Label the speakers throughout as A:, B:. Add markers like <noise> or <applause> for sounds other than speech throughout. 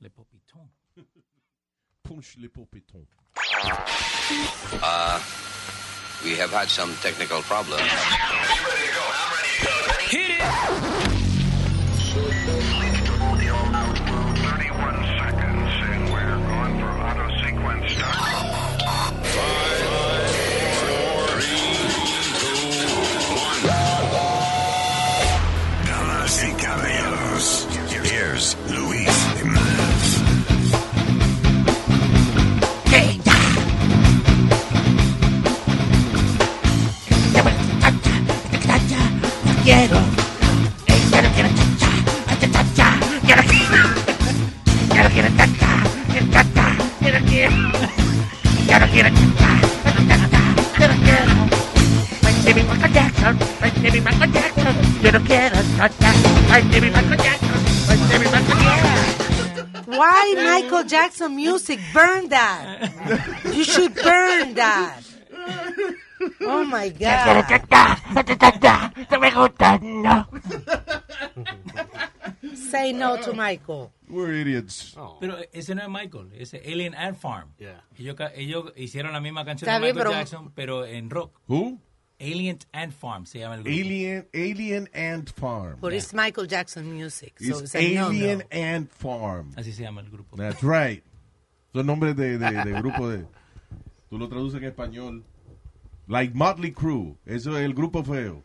A: Les popitons.
B: Punch les popitons.
C: Uh, we have had some technical problems.
D: Damas y caballeros, here's Luis Jiménez.
E: Quiero.
F: Why
B: Eh.
F: Michael Jackson music? Burn that. You should burn that. Oh my God. Say no to Michael.
B: We're idiots.
G: Oh.
A: Pero e, ese no es Michael, ese Alien Ant Farm.
H: Yeah.
A: Ellos, ca- ellos hicieron la misma canción
F: Está
A: de
F: bien,
A: Michael
F: pero-
A: Jackson, pero en rock.
B: Who?
A: Alien Ant Farm se llama el grupo.
B: Alien Alien Ant Farm.
F: But it's Michael Jackson music. So
B: It's
F: say no,
B: Alien
F: no.
B: Ant Farm.
A: Así se llama el grupo.
B: That's right. Son nombres de, de, de grupo de... Tú lo traduces en español. Like Motley Crue. Eso es el grupo feo.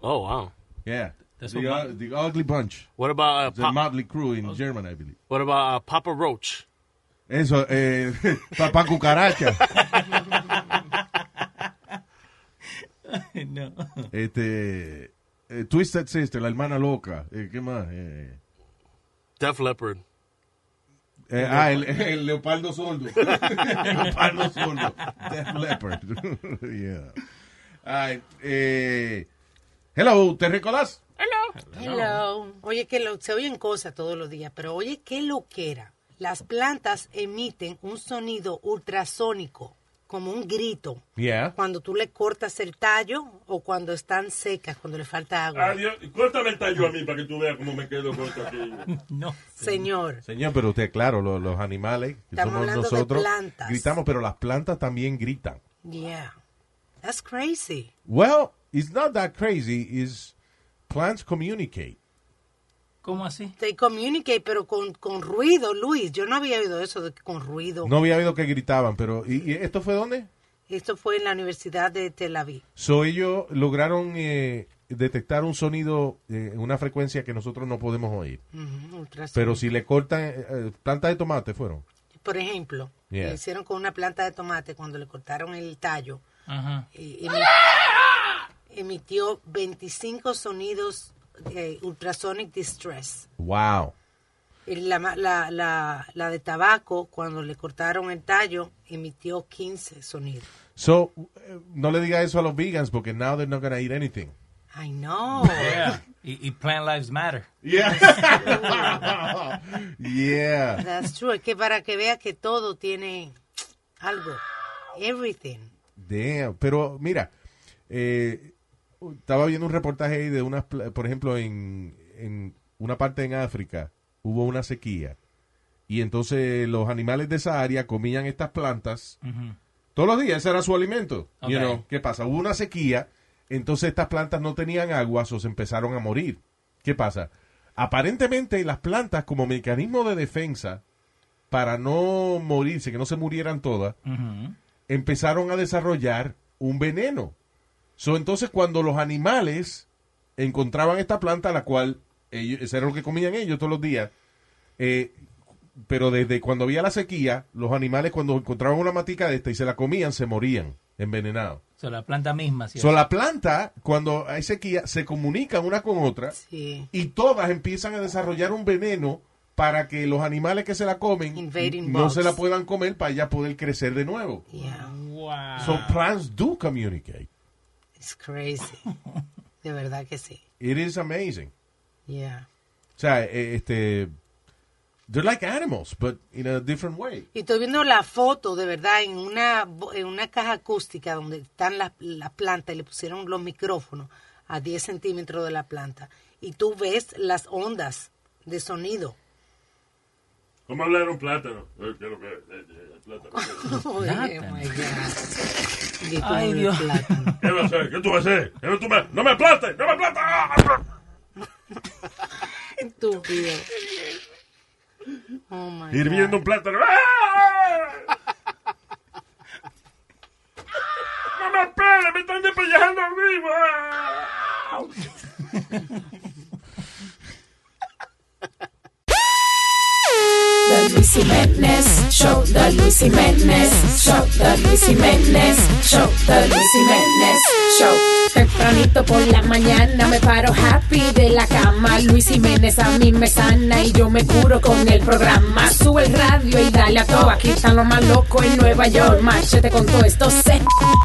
H: Oh, wow.
B: Yeah.
A: That's
B: the,
A: what
B: uh, the Ugly Bunch.
H: What about uh,
B: The
I: Ah.
H: Pop-
B: Motley Crue in German, I believe.
H: what about uh, Papa Roach?
B: Eso, eh, <laughs> Papá Cucaracha.
A: <laughs> no.
B: este, eh, Twisted Sister, la hermana loca. Eh, ¿Qué más? Eh,
H: Def Leppard.
B: eh, ah, el, el leopardo <laughs> sordo. leopardo sordo. Death Leopard. <laughs> yeah. Ay, eh, hello, ¿te recolas?
F: Hello. Oye, que lo- se oyen cosas todos los días, pero oye, qué loquera. Las plantas emiten un sonido ultrasónico, como un grito,
B: Yeah.
F: cuando tú le cortas el tallo o cuando están secas, cuando le falta agua.
J: Adiós. Córtame el tallo a mí para que tú veas cómo me quedo corto aquí.
A: No.
F: Señor,
B: Señor, pero usted, claro, lo- los, animales, que
F: Estamos
B: somos
F: hablando de
B: nosotros,
F: plantas.
B: gritamos, pero las plantas también gritan.
F: yeah. That's crazy.
B: Well, it's not that crazy. Is plants communicate?
A: ¿Cómo así?
F: They communicate, pero con, con ruido, Luis. Yo no había oído eso de que con ruido.
B: No había oído que gritaban, pero ¿y, y esto fue dónde?
F: Esto fue en la Universidad de Tel Aviv.
B: So ellos lograron eh, detectar un sonido, eh, una frecuencia que nosotros no podemos oír.
F: Ujú, ultrasónico.
B: Pero si le cortan eh, eh, plantas de tomate fueron.
F: Por ejemplo,
B: Yeah.
F: lo hicieron con una planta de tomate cuando le cortaron el tallo.
A: Ajá.
F: eh, emi- emitió 25 sonidos eh, ultrasonic distress.
B: Wow.
F: El- La, ma- la- la- la de tabaco, cuando le cortaron el tallo, emitió 15 sonidos.
B: So eh, no le diga eso a los vegans porque now they're not gonna eat anything.
F: I know.
A: Yeah. Y, y Plant Lives Matter.
B: Yeah. <laughs> yeah.
F: That's true. Es que para que vea que todo tiene algo. Everything.
B: Damn. Pero mira, eh, estaba viendo un reportaje ahí de unas, pla- por ejemplo, en, en una parte en África hubo una sequía y entonces los animales de esa área comían estas plantas todos los días, ese era su alimento. You
A: Ok.
B: know, ¿Qué pasa? Hubo una sequía, entonces estas plantas no tenían agua, o se empezaron a morir. ¿Qué pasa? Aparentemente las plantas como mecanismo de defensa para no morirse, que no se murieran todas, empezaron a desarrollar un veneno. So, entonces, cuando los animales encontraban esta planta, la cual ellos, eso era lo que comían ellos todos los días, eh, pero desde cuando había la sequía, los animales cuando encontraban una matica de esta y se la comían, se morían envenenados.
A: So, la planta misma. ¿sí?
B: So, la planta, cuando hay sequía, se comunican una con otra
F: Sí.
B: y todas empiezan a desarrollar un veneno para que los animales que se la comen
F: Invading
B: no
F: bugs.
B: se la puedan comer para ella poder crecer de nuevo.
F: Yeah.
A: Wow.
B: So
I: Ah.
B: plants do communicate.
F: It's crazy. De verdad que sí.
B: It is amazing.
F: Yeah.
B: O sea, eh, este, they're like animals, but in a different way.
F: Y estoy viendo la foto, de verdad, en una, bo- en una caja acústica donde están las las plantas y le pusieron los micrófonos a 10 centímetros de la planta. Y tú ves las ondas de sonido.
I: ¿Cómo hablaron plátano? Eh, quiero que- eh, eh, plátano.
F: Oye,
G: Plátano.
F: my God. Y tú
G: Ay,
F: con el
G: Dios. <laughs>
F: plátano.
I: ¿Qué vas a hacer? ¿Qué tú vas a hacer? ¿Qué tú me- ¡No me aplastes! ¡No me aplastes! ¡Ah!
B: <laughs>
F: Estúpido. Oh, my
I: Hirviendo un plátano.
B: <laughs>
I: ¡Ah! ¡No me apeles! ¡Me están despellejando vivo! ¡Ah!
K: The Luis Jiménez Show, The Luis Jiménez Show, The Luis Jiménez Show, The Luis Jiménez Show. Tempranito por la mañana me paro happy de la cama. Luis Jiménez a mí me sana y yo me curo con el programa. Sube el radio y dale a todo. Aquí están los más locos en Nueva York. Machete con todo esto. Se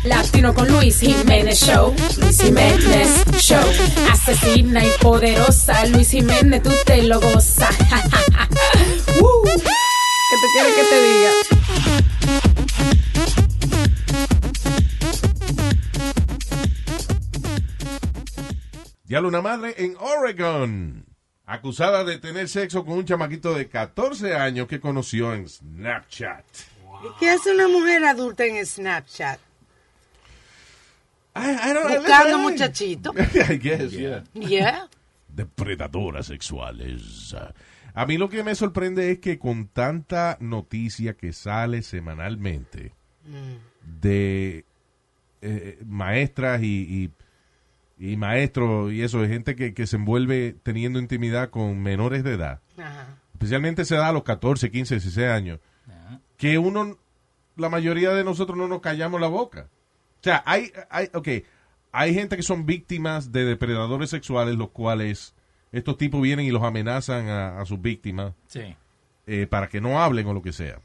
K: latino con Luis Jiménez Show. Luis Jiménez Show. Asesina y poderosa. Luis Jiménez, tú te lo gozas. <laughs> Uh, ¿Qué te quieres que te diga?
B: Diablo, una madre en Oregon, acusada de tener sexo con un chamaquito de 14 años que conoció en Snapchat.
F: God. ¿Qué hace una mujer adulta en Snapchat?
B: I- I don't-
F: Buscando
B: I-
F: muchachito.
B: <laughs> I guess, yeah.
F: Yeah.
B: Depredadoras sexuales. A mí lo que me sorprende es que con tanta noticia que sale semanalmente
F: Mm.
B: de eh, maestras y, y- y maestros y eso, de gente que, que se envuelve teniendo intimidad con menores de edad,
F: <laughs> Ajá.
B: especialmente se da a los 14, 15, 16 años, que uno, la mayoría de nosotros no nos callamos la boca. O sea, hay, hay, ok, hay gente que son víctimas de depredadores sexuales, los cuales estos tipos vienen y los amenazan a, a sus víctimas
G: Sí.
B: eh, para que no hablen o lo que sea.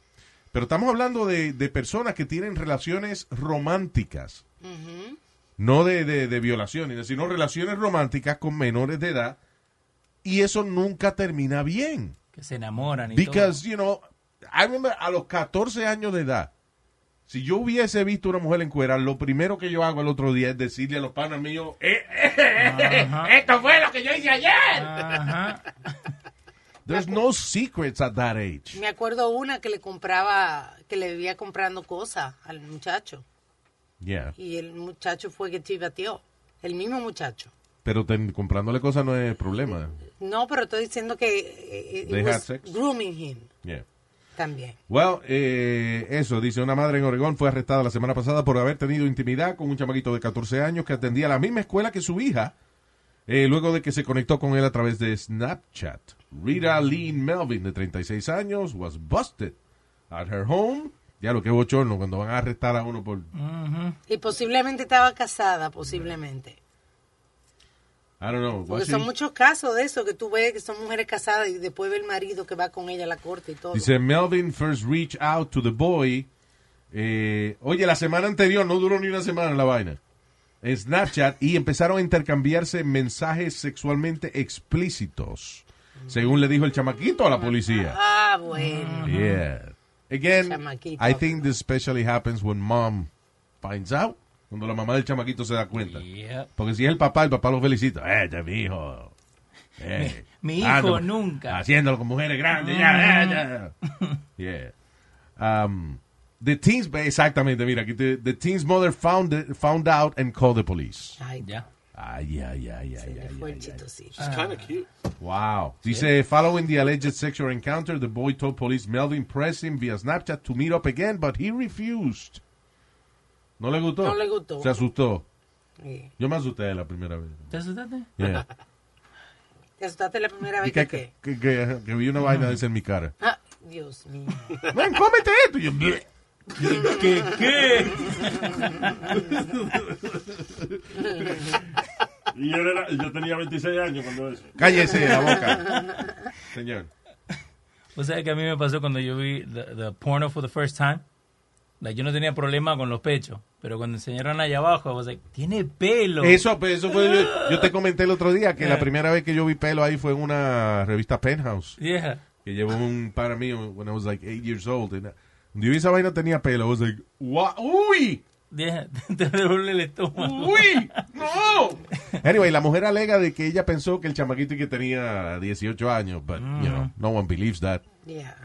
B: Pero estamos hablando de, de personas que tienen relaciones románticas, no de, de, de violaciones, sino relaciones románticas con menores de edad, y eso nunca termina bien.
G: Que se enamoran y
B: Because, you know, I remember a los 14 años de edad, si yo hubiese visto una mujer en cuera, lo primero que yo hago el otro día es decirle a los panas míos, eh, eh, esto fue lo que yo hice ayer.
G: todo. Ajá.
B: There's no secrets at that age.
F: Me acuerdo una que le compraba, que le vivía comprando cosas al muchacho.
B: Yeah.
F: Y el muchacho fue que chivateó. El mismo muchacho.
B: Pero ten- comprándole cosas no es problema.
F: No, pero estoy diciendo que eh, it
B: They
F: was
B: had sex.
F: grooming him
B: Yeah.
F: también.
B: Well, eh, eso, dice una madre en Oregón fue arrestada la semana pasada por haber tenido intimidad con un chamaquito de 14 años que atendía la misma escuela que su hija, eh, luego de que se conectó con él a través de Snapchat. Rita
F: Mm.
B: Lynn Melvin, de 36 años, was busted at her home. Ya lo que es bochorno cuando van a arrestar a uno por...
F: Mm. Y posiblemente estaba casada, posiblemente.
B: I don't know.
F: Porque
B: was
F: son
B: Mm. she-
F: muchos casos de eso, que tú ves que son mujeres casadas y después ve el marido que va con ella a la corte y todo.
B: Dice Melvin first reached out to the boy. Eh, oye, la semana anterior no duró ni una semana la vaina. En Snapchat y empezaron a intercambiarse mensajes sexualmente explícitos, según le dijo el chamaquito a la policía.
F: ah,
B: Mm.
F: bueno.
B: Yeah. Again,
F: Chamaquito.
B: I think this especially happens when mom finds out, cuando la mamá del chamaquito se da cuenta.
G: Yep.
B: Porque si es el papá, el papá lo felicita. Eh, ya mi hijo. Eh,
G: Mi- mi hijo
B: ando-
G: nunca.
B: Haciéndolo con mujeres grandes. ya, ya,
F: Ah.
B: ya. Yeah. Um, the teens, exactamente, mira, aquí te- the teen's mother found, it- found out and called the police.
F: Ay,
G: Ya.
B: Ay, ay, ay, ay,
F: me
B: ay,
F: fue el ¿Eh?
B: ay, ay.
F: chistosito.
D: It's kind of cute.
B: Wow. Dice, following the alleged sexual encounter, the boy told police Melvin pressed him via Snapchat to meet up again, but he refused. No le gustó.
F: No le gustó.
B: Se asustó.
F: Sí.
B: Yo me asusté la primera vez.
G: ¿Te asustaste?
B: Yeah.
F: ¿Te asustaste la primera
B: Y
F: vez
B: que,
F: que, qué?
B: que, que- que vi una vaina de esa en mi cara.
F: Ah, Dios mío.
B: <laughs>
F: <laughs>
B: Ven, cómete esto. Y yo, "Bleh".
G: ¿Qué? ¿Qué?
I: Y yo, era- yo tenía 26 años cuando eso.
B: cállese la boca. <laughs> Señor.
G: O sea que a mí me pasó cuando yo vi the, the porno for the first time. Like, yo no tenía problema con los pechos, pero cuando enseñaron allá abajo, I was like, tiene pelo.
B: Eso, pues, eso fue. Yo, yo te comenté el otro día que la primera vez que yo vi pelo ahí fue en una revista Penthouse
G: Yeah.
B: que llevó un para mí when I was like eight years old. And, uh, cuando yo vi esa vaina tenía pelo. I was like, "Wa- ¡Uy!
G: Yeah. <laughs> Te doble el estómago.
B: ¡Uy! <laughs> ¡No! Anyway, la mujer alega de que Mm. ella pensó que el chamaquito y que tenía 18 años, but, you know, no one believes that.
F: Yeah.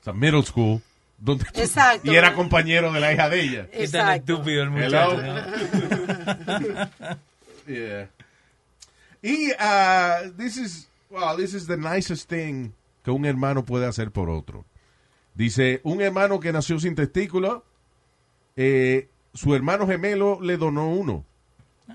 B: o sea, middle school. Donde tú-
F: Exacto.
B: Y era compañero de la hija de ella.
A: Qué tan estúpido el muchacho. ¿no?
B: Yeah. Y uh, this is, wow, this is the nicest thing que un hermano puede hacer por otro. Dice, un hermano que nació sin testículos, eh, su hermano gemelo le donó uno.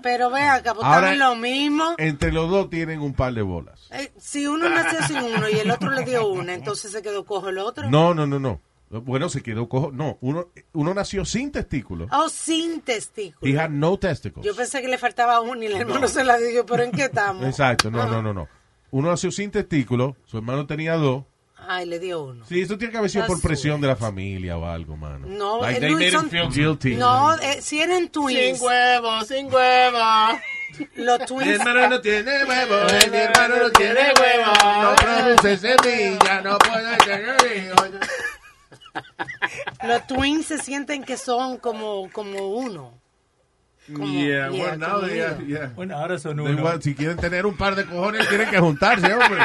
F: Pero vean, acá, pues,
B: Ahora-
F: también lo mismo.
B: Entre los dos tienen un par de bolas.
F: Eh, si uno nació sin uno y el otro le dio una, entonces se quedó cojo el otro.
B: No, no, no, no. Bueno, se quedó cojo. No, uno, uno nació sin testículos.
F: Oh, sin testículos.
B: He had no testicles.
F: Oh. Yo pensé que le faltaba uno y el hermano se la dio, pero ¿en qué estamos?
B: Exacto,
F: Ah.
B: no, no, no, no. Uno nació sin testículos, su hermano tenía dos.
F: Ay, le dio uno.
B: Sí, esto tiene que haber sido por
F: That's
B: presión de la familia o algo, mano.
F: No,
B: like
F: eh,
B: they
F: Luis,
B: made him
F: son-
B: feel Mm. guilty.
F: No, eh, si eran twins,
H: huevo, sin huevo.
F: los twins,
B: no tiene huevos,
F: <laughs>
B: mi hermano no tiene huevos. No produce semilla, no puede tener
F: los twins se sienten que son como, como uno. Como- yeah,
B: Yeah, well, now
F: como
B: they
F: uno.
B: are- yeah.
A: Bueno, ahora son
B: They
A: uno.
B: want- si quieren tener un par de cojones, tienen que juntarse, hombre.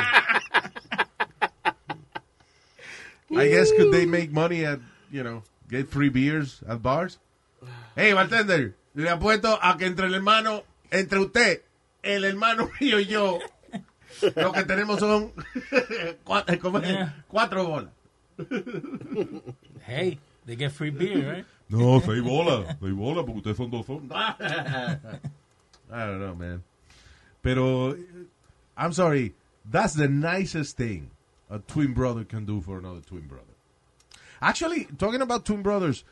B: I guess could they make money at, you know, get free beers at bars? Hey, bartender, le apuesto a que entre el hermano, entre usted, el hermano <laughs> mío y yo, lo que tenemos son <laughs> cuatro, ¿cómo es?
A: Yeah.
B: cuatro bolas.
A: Hey, they get free beer, right?
B: No, seis bolas, seis bolas, porque ustedes son dos son. I don't know, man. Pero, eh, I'm sorry, that's the nicest thing a twin brother can do for another twin brother. Actually, talking about twin brothers,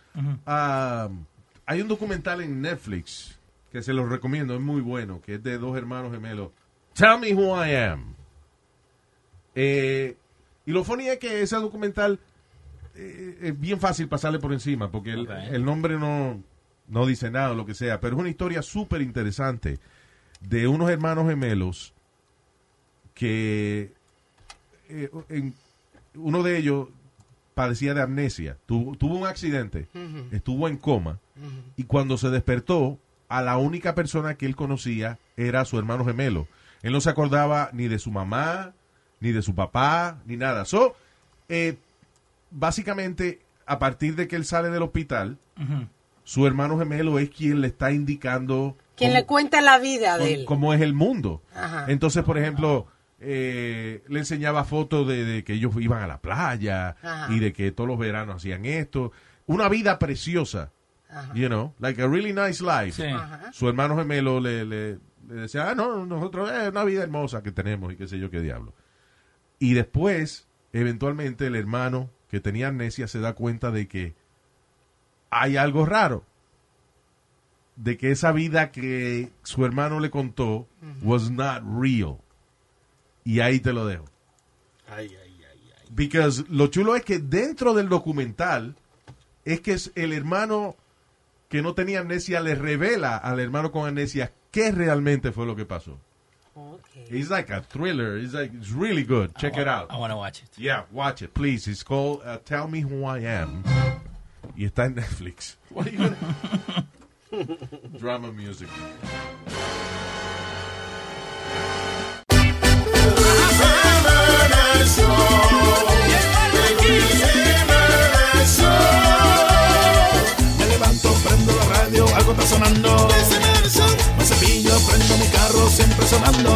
B: um, hay un documental en Netflix que se los recomiendo, es muy bueno, que es de dos hermanos gemelos. Tell me who I am. Eh, y lo funny es que ese documental eh, es bien fácil pasarle por encima, porque el,
A: Ok.
B: el nombre no, no dice nada o lo que sea, pero es una historia súper interesante de unos hermanos gemelos que eh, en- uno de ellos padecía de amnesia, tuvo, tuvo un accidente, estuvo en coma y cuando se despertó, a la única persona que él conocía era su hermano gemelo. Él no se acordaba ni de su mamá, ni de su papá, ni nada. So, eh, básicamente, a partir de que él sale del hospital, su hermano gemelo es quien le está indicando
F: Quien le
B: cómo-
F: cuenta la vida de
B: con-
F: él.
B: cómo es el mundo.
F: Ajá.
B: Entonces, por ejemplo, eh, le enseñaba fotos de, de que ellos iban a la playa
F: Ajá.
B: y de que todos los veranos hacían esto. Una vida preciosa,
F: Ajá.
B: you know, like a really nice life.
A: Sí.
F: Ajá.
B: Su hermano gemelo le, le- le decía, ah, no, nosotros es una vida hermosa que tenemos y qué sé yo qué diablo. Y después, eventualmente, el hermano que tenía amnesia se da cuenta de que hay algo raro. De que esa vida que su hermano le contó was not real. Y ahí te lo dejo. Because lo chulo es que dentro del documental es que es el hermano que no tenía amnesia le revela al hermano con amnesia qué realmente fue lo que pasó.
F: Ok.
B: It's like a thriller. It's like it's really good. Check it out.
A: I want to watch it.
B: Yeah, watch it, please. It's called uh, Tell Me Who I Am. Y está en Netflix. What are you gonna- <laughs> Drama music.
D: Me levanto, prendo la radio, algo está sonando. Me cepillo, prendo mi carro, siempre sonando.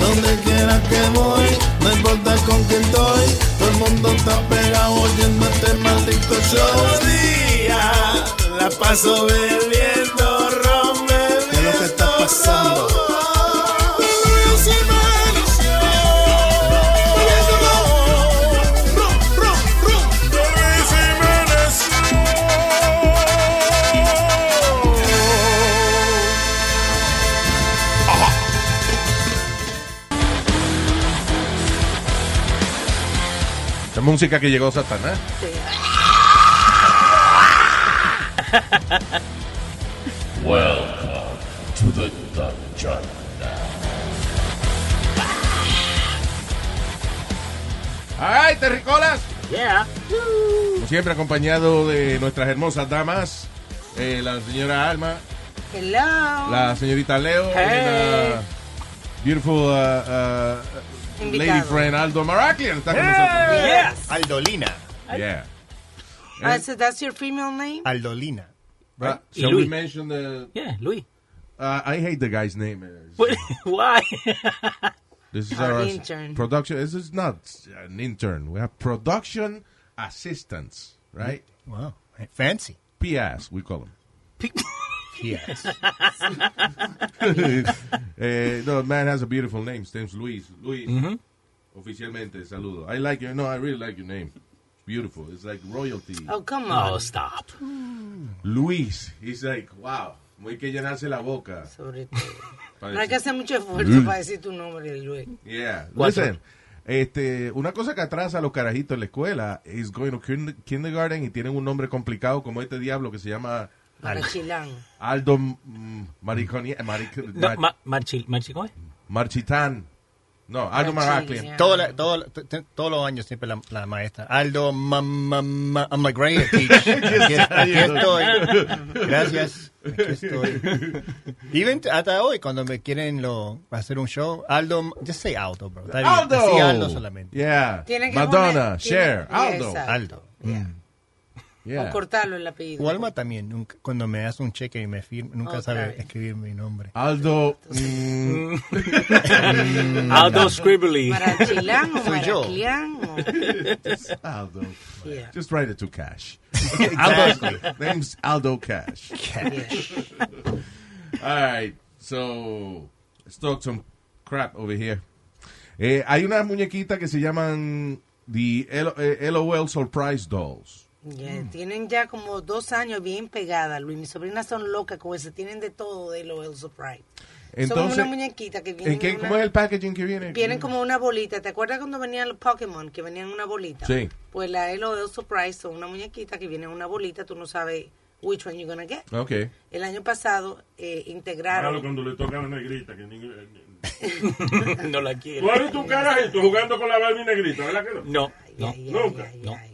D: Donde quiera que voy, no importa con quién estoy. Todo el mundo está pegado oyendo este maldito show. Los días la paso bebiendo ron, ¿Qué es lo que está pasando?
B: Esta música que llegó Satanás. ¡Ay, terricolas!
H: Yeah.
B: Como siempre, acompañado de nuestras hermosas damas, eh, la señora Alma,
F: Hello.
B: la señorita Leo, y la beautiful uh, uh,
F: Invitado.
B: lady friend Aldo Maraclian está con nosotros.
F: Yes.
L: Aldolina.
B: Yeah.
F: Ah, so that's your female name?
L: Aldolina.
B: Right.
A: Y
B: Shall we
A: Luis.
B: mention the?
A: Yeah, Luis.
B: Uh, I hate the guy's name. Uh,
A: What- Why?
B: This is
F: Our
B: our,
F: intern.
B: production. This is not an intern. We have production assistants, right?
L: Wow. Fancy.
B: PS, we call them.
F: <laughs>
L: Yes.
B: <laughs> Eh, no, man has a beautiful name. His name's Luis. Luis.
F: Mm-hmm.
B: Oficialmente, saludo. I like your. No, I really like your name. It's beautiful. It's like royalty.
F: Oh, come on.
A: Oh, stop.
B: Luis. He's like, wow. Hay que llenarse la boca.
F: Sobre todo.
B: para
F: No hay que
B: decir-
F: hacer mucho esfuerzo
B: Luis.
F: para decir tu nombre, Luis.
B: Yeah.
A: Cuatro.
B: Listen, este, una cosa que atrasa a los carajitos en la escuela es going to kin- kindergarten y tienen un nombre complicado como este diablo que se llama
F: Para Chilán.
B: Aldo mm, Mariconi, Maric,
A: No,
B: Mar-
A: ma, marchi, marchi, ¿cómo es?
B: Marchitán. No, Aldo Maraclian.
L: Todo la- todo la- t- t- todos los años siempre la, la maestra. Aldo, mamá, I'm a great teacher.
J: <laughs>
L: Aquí, aquí estoy. Gracias. Aquí estoy. Even t- hasta hoy, cuando me quieren lo, hacer un show, Aldo, just say Aldo, bro. Está bien. Así Aldo solamente.
B: Yeah.
F: Tienen que
B: Madonna,
F: poner-
B: Cher,
F: tienen-
B: Aldo.
F: Exacto.
L: Aldo.
B: Yeah.
F: O cortarlo el apellido.
L: Walma también, nunca, cuando me hace un cheque y me firma, nunca
F: Ok.
L: sabe escribir mi nombre.
B: Aldo. mm,
A: Aldo
F: <laughs>
A: Scribbly.
F: Para Chilán o
L: Soy
F: para
L: yo.
F: Clián o... <laughs>
B: Aldo.
F: Yeah.
B: Just write it
F: <laughs>
B: to Cash. Aldo, name's Aldo Cash.
F: Yeah.
B: <laughs> All right, so let's talk some crap over here. Eh, hay unas muñequitas que se llaman the L- eh, LOL Surprise Dolls.
F: Yeah, Tienen ya como dos años bien pegadas, Luis. Mis sobrinas son locas con eso. Tienen de todo de lo del surprise. Son
B: Entonces,
F: una muñequita que vienen
B: ¿en qué,
F: en una-
B: ¿cómo es el packaging que viene?
F: Vienen como una bolita. ¿Te acuerdas cuando venían los Pokémon que venían en una bolita?
B: Sí.
F: Pues la LOL Surprise son una muñequita que viene en una bolita. Tú no sabes which one you're gonna get.
B: Ok.
F: El año pasado eh,
J: Claro,
F: integraron.
J: cuando le toca a la negrita. Que ni-
I: <laughs>
A: No la
J: Tú
A: quiero.
J: eres tu carajito jugando con la Barbie negrita, ¿verdad que no?
A: No,
F: Ay,
A: no.
F: ay, ay,
J: nunca.
F: ay,
A: No.
F: ay.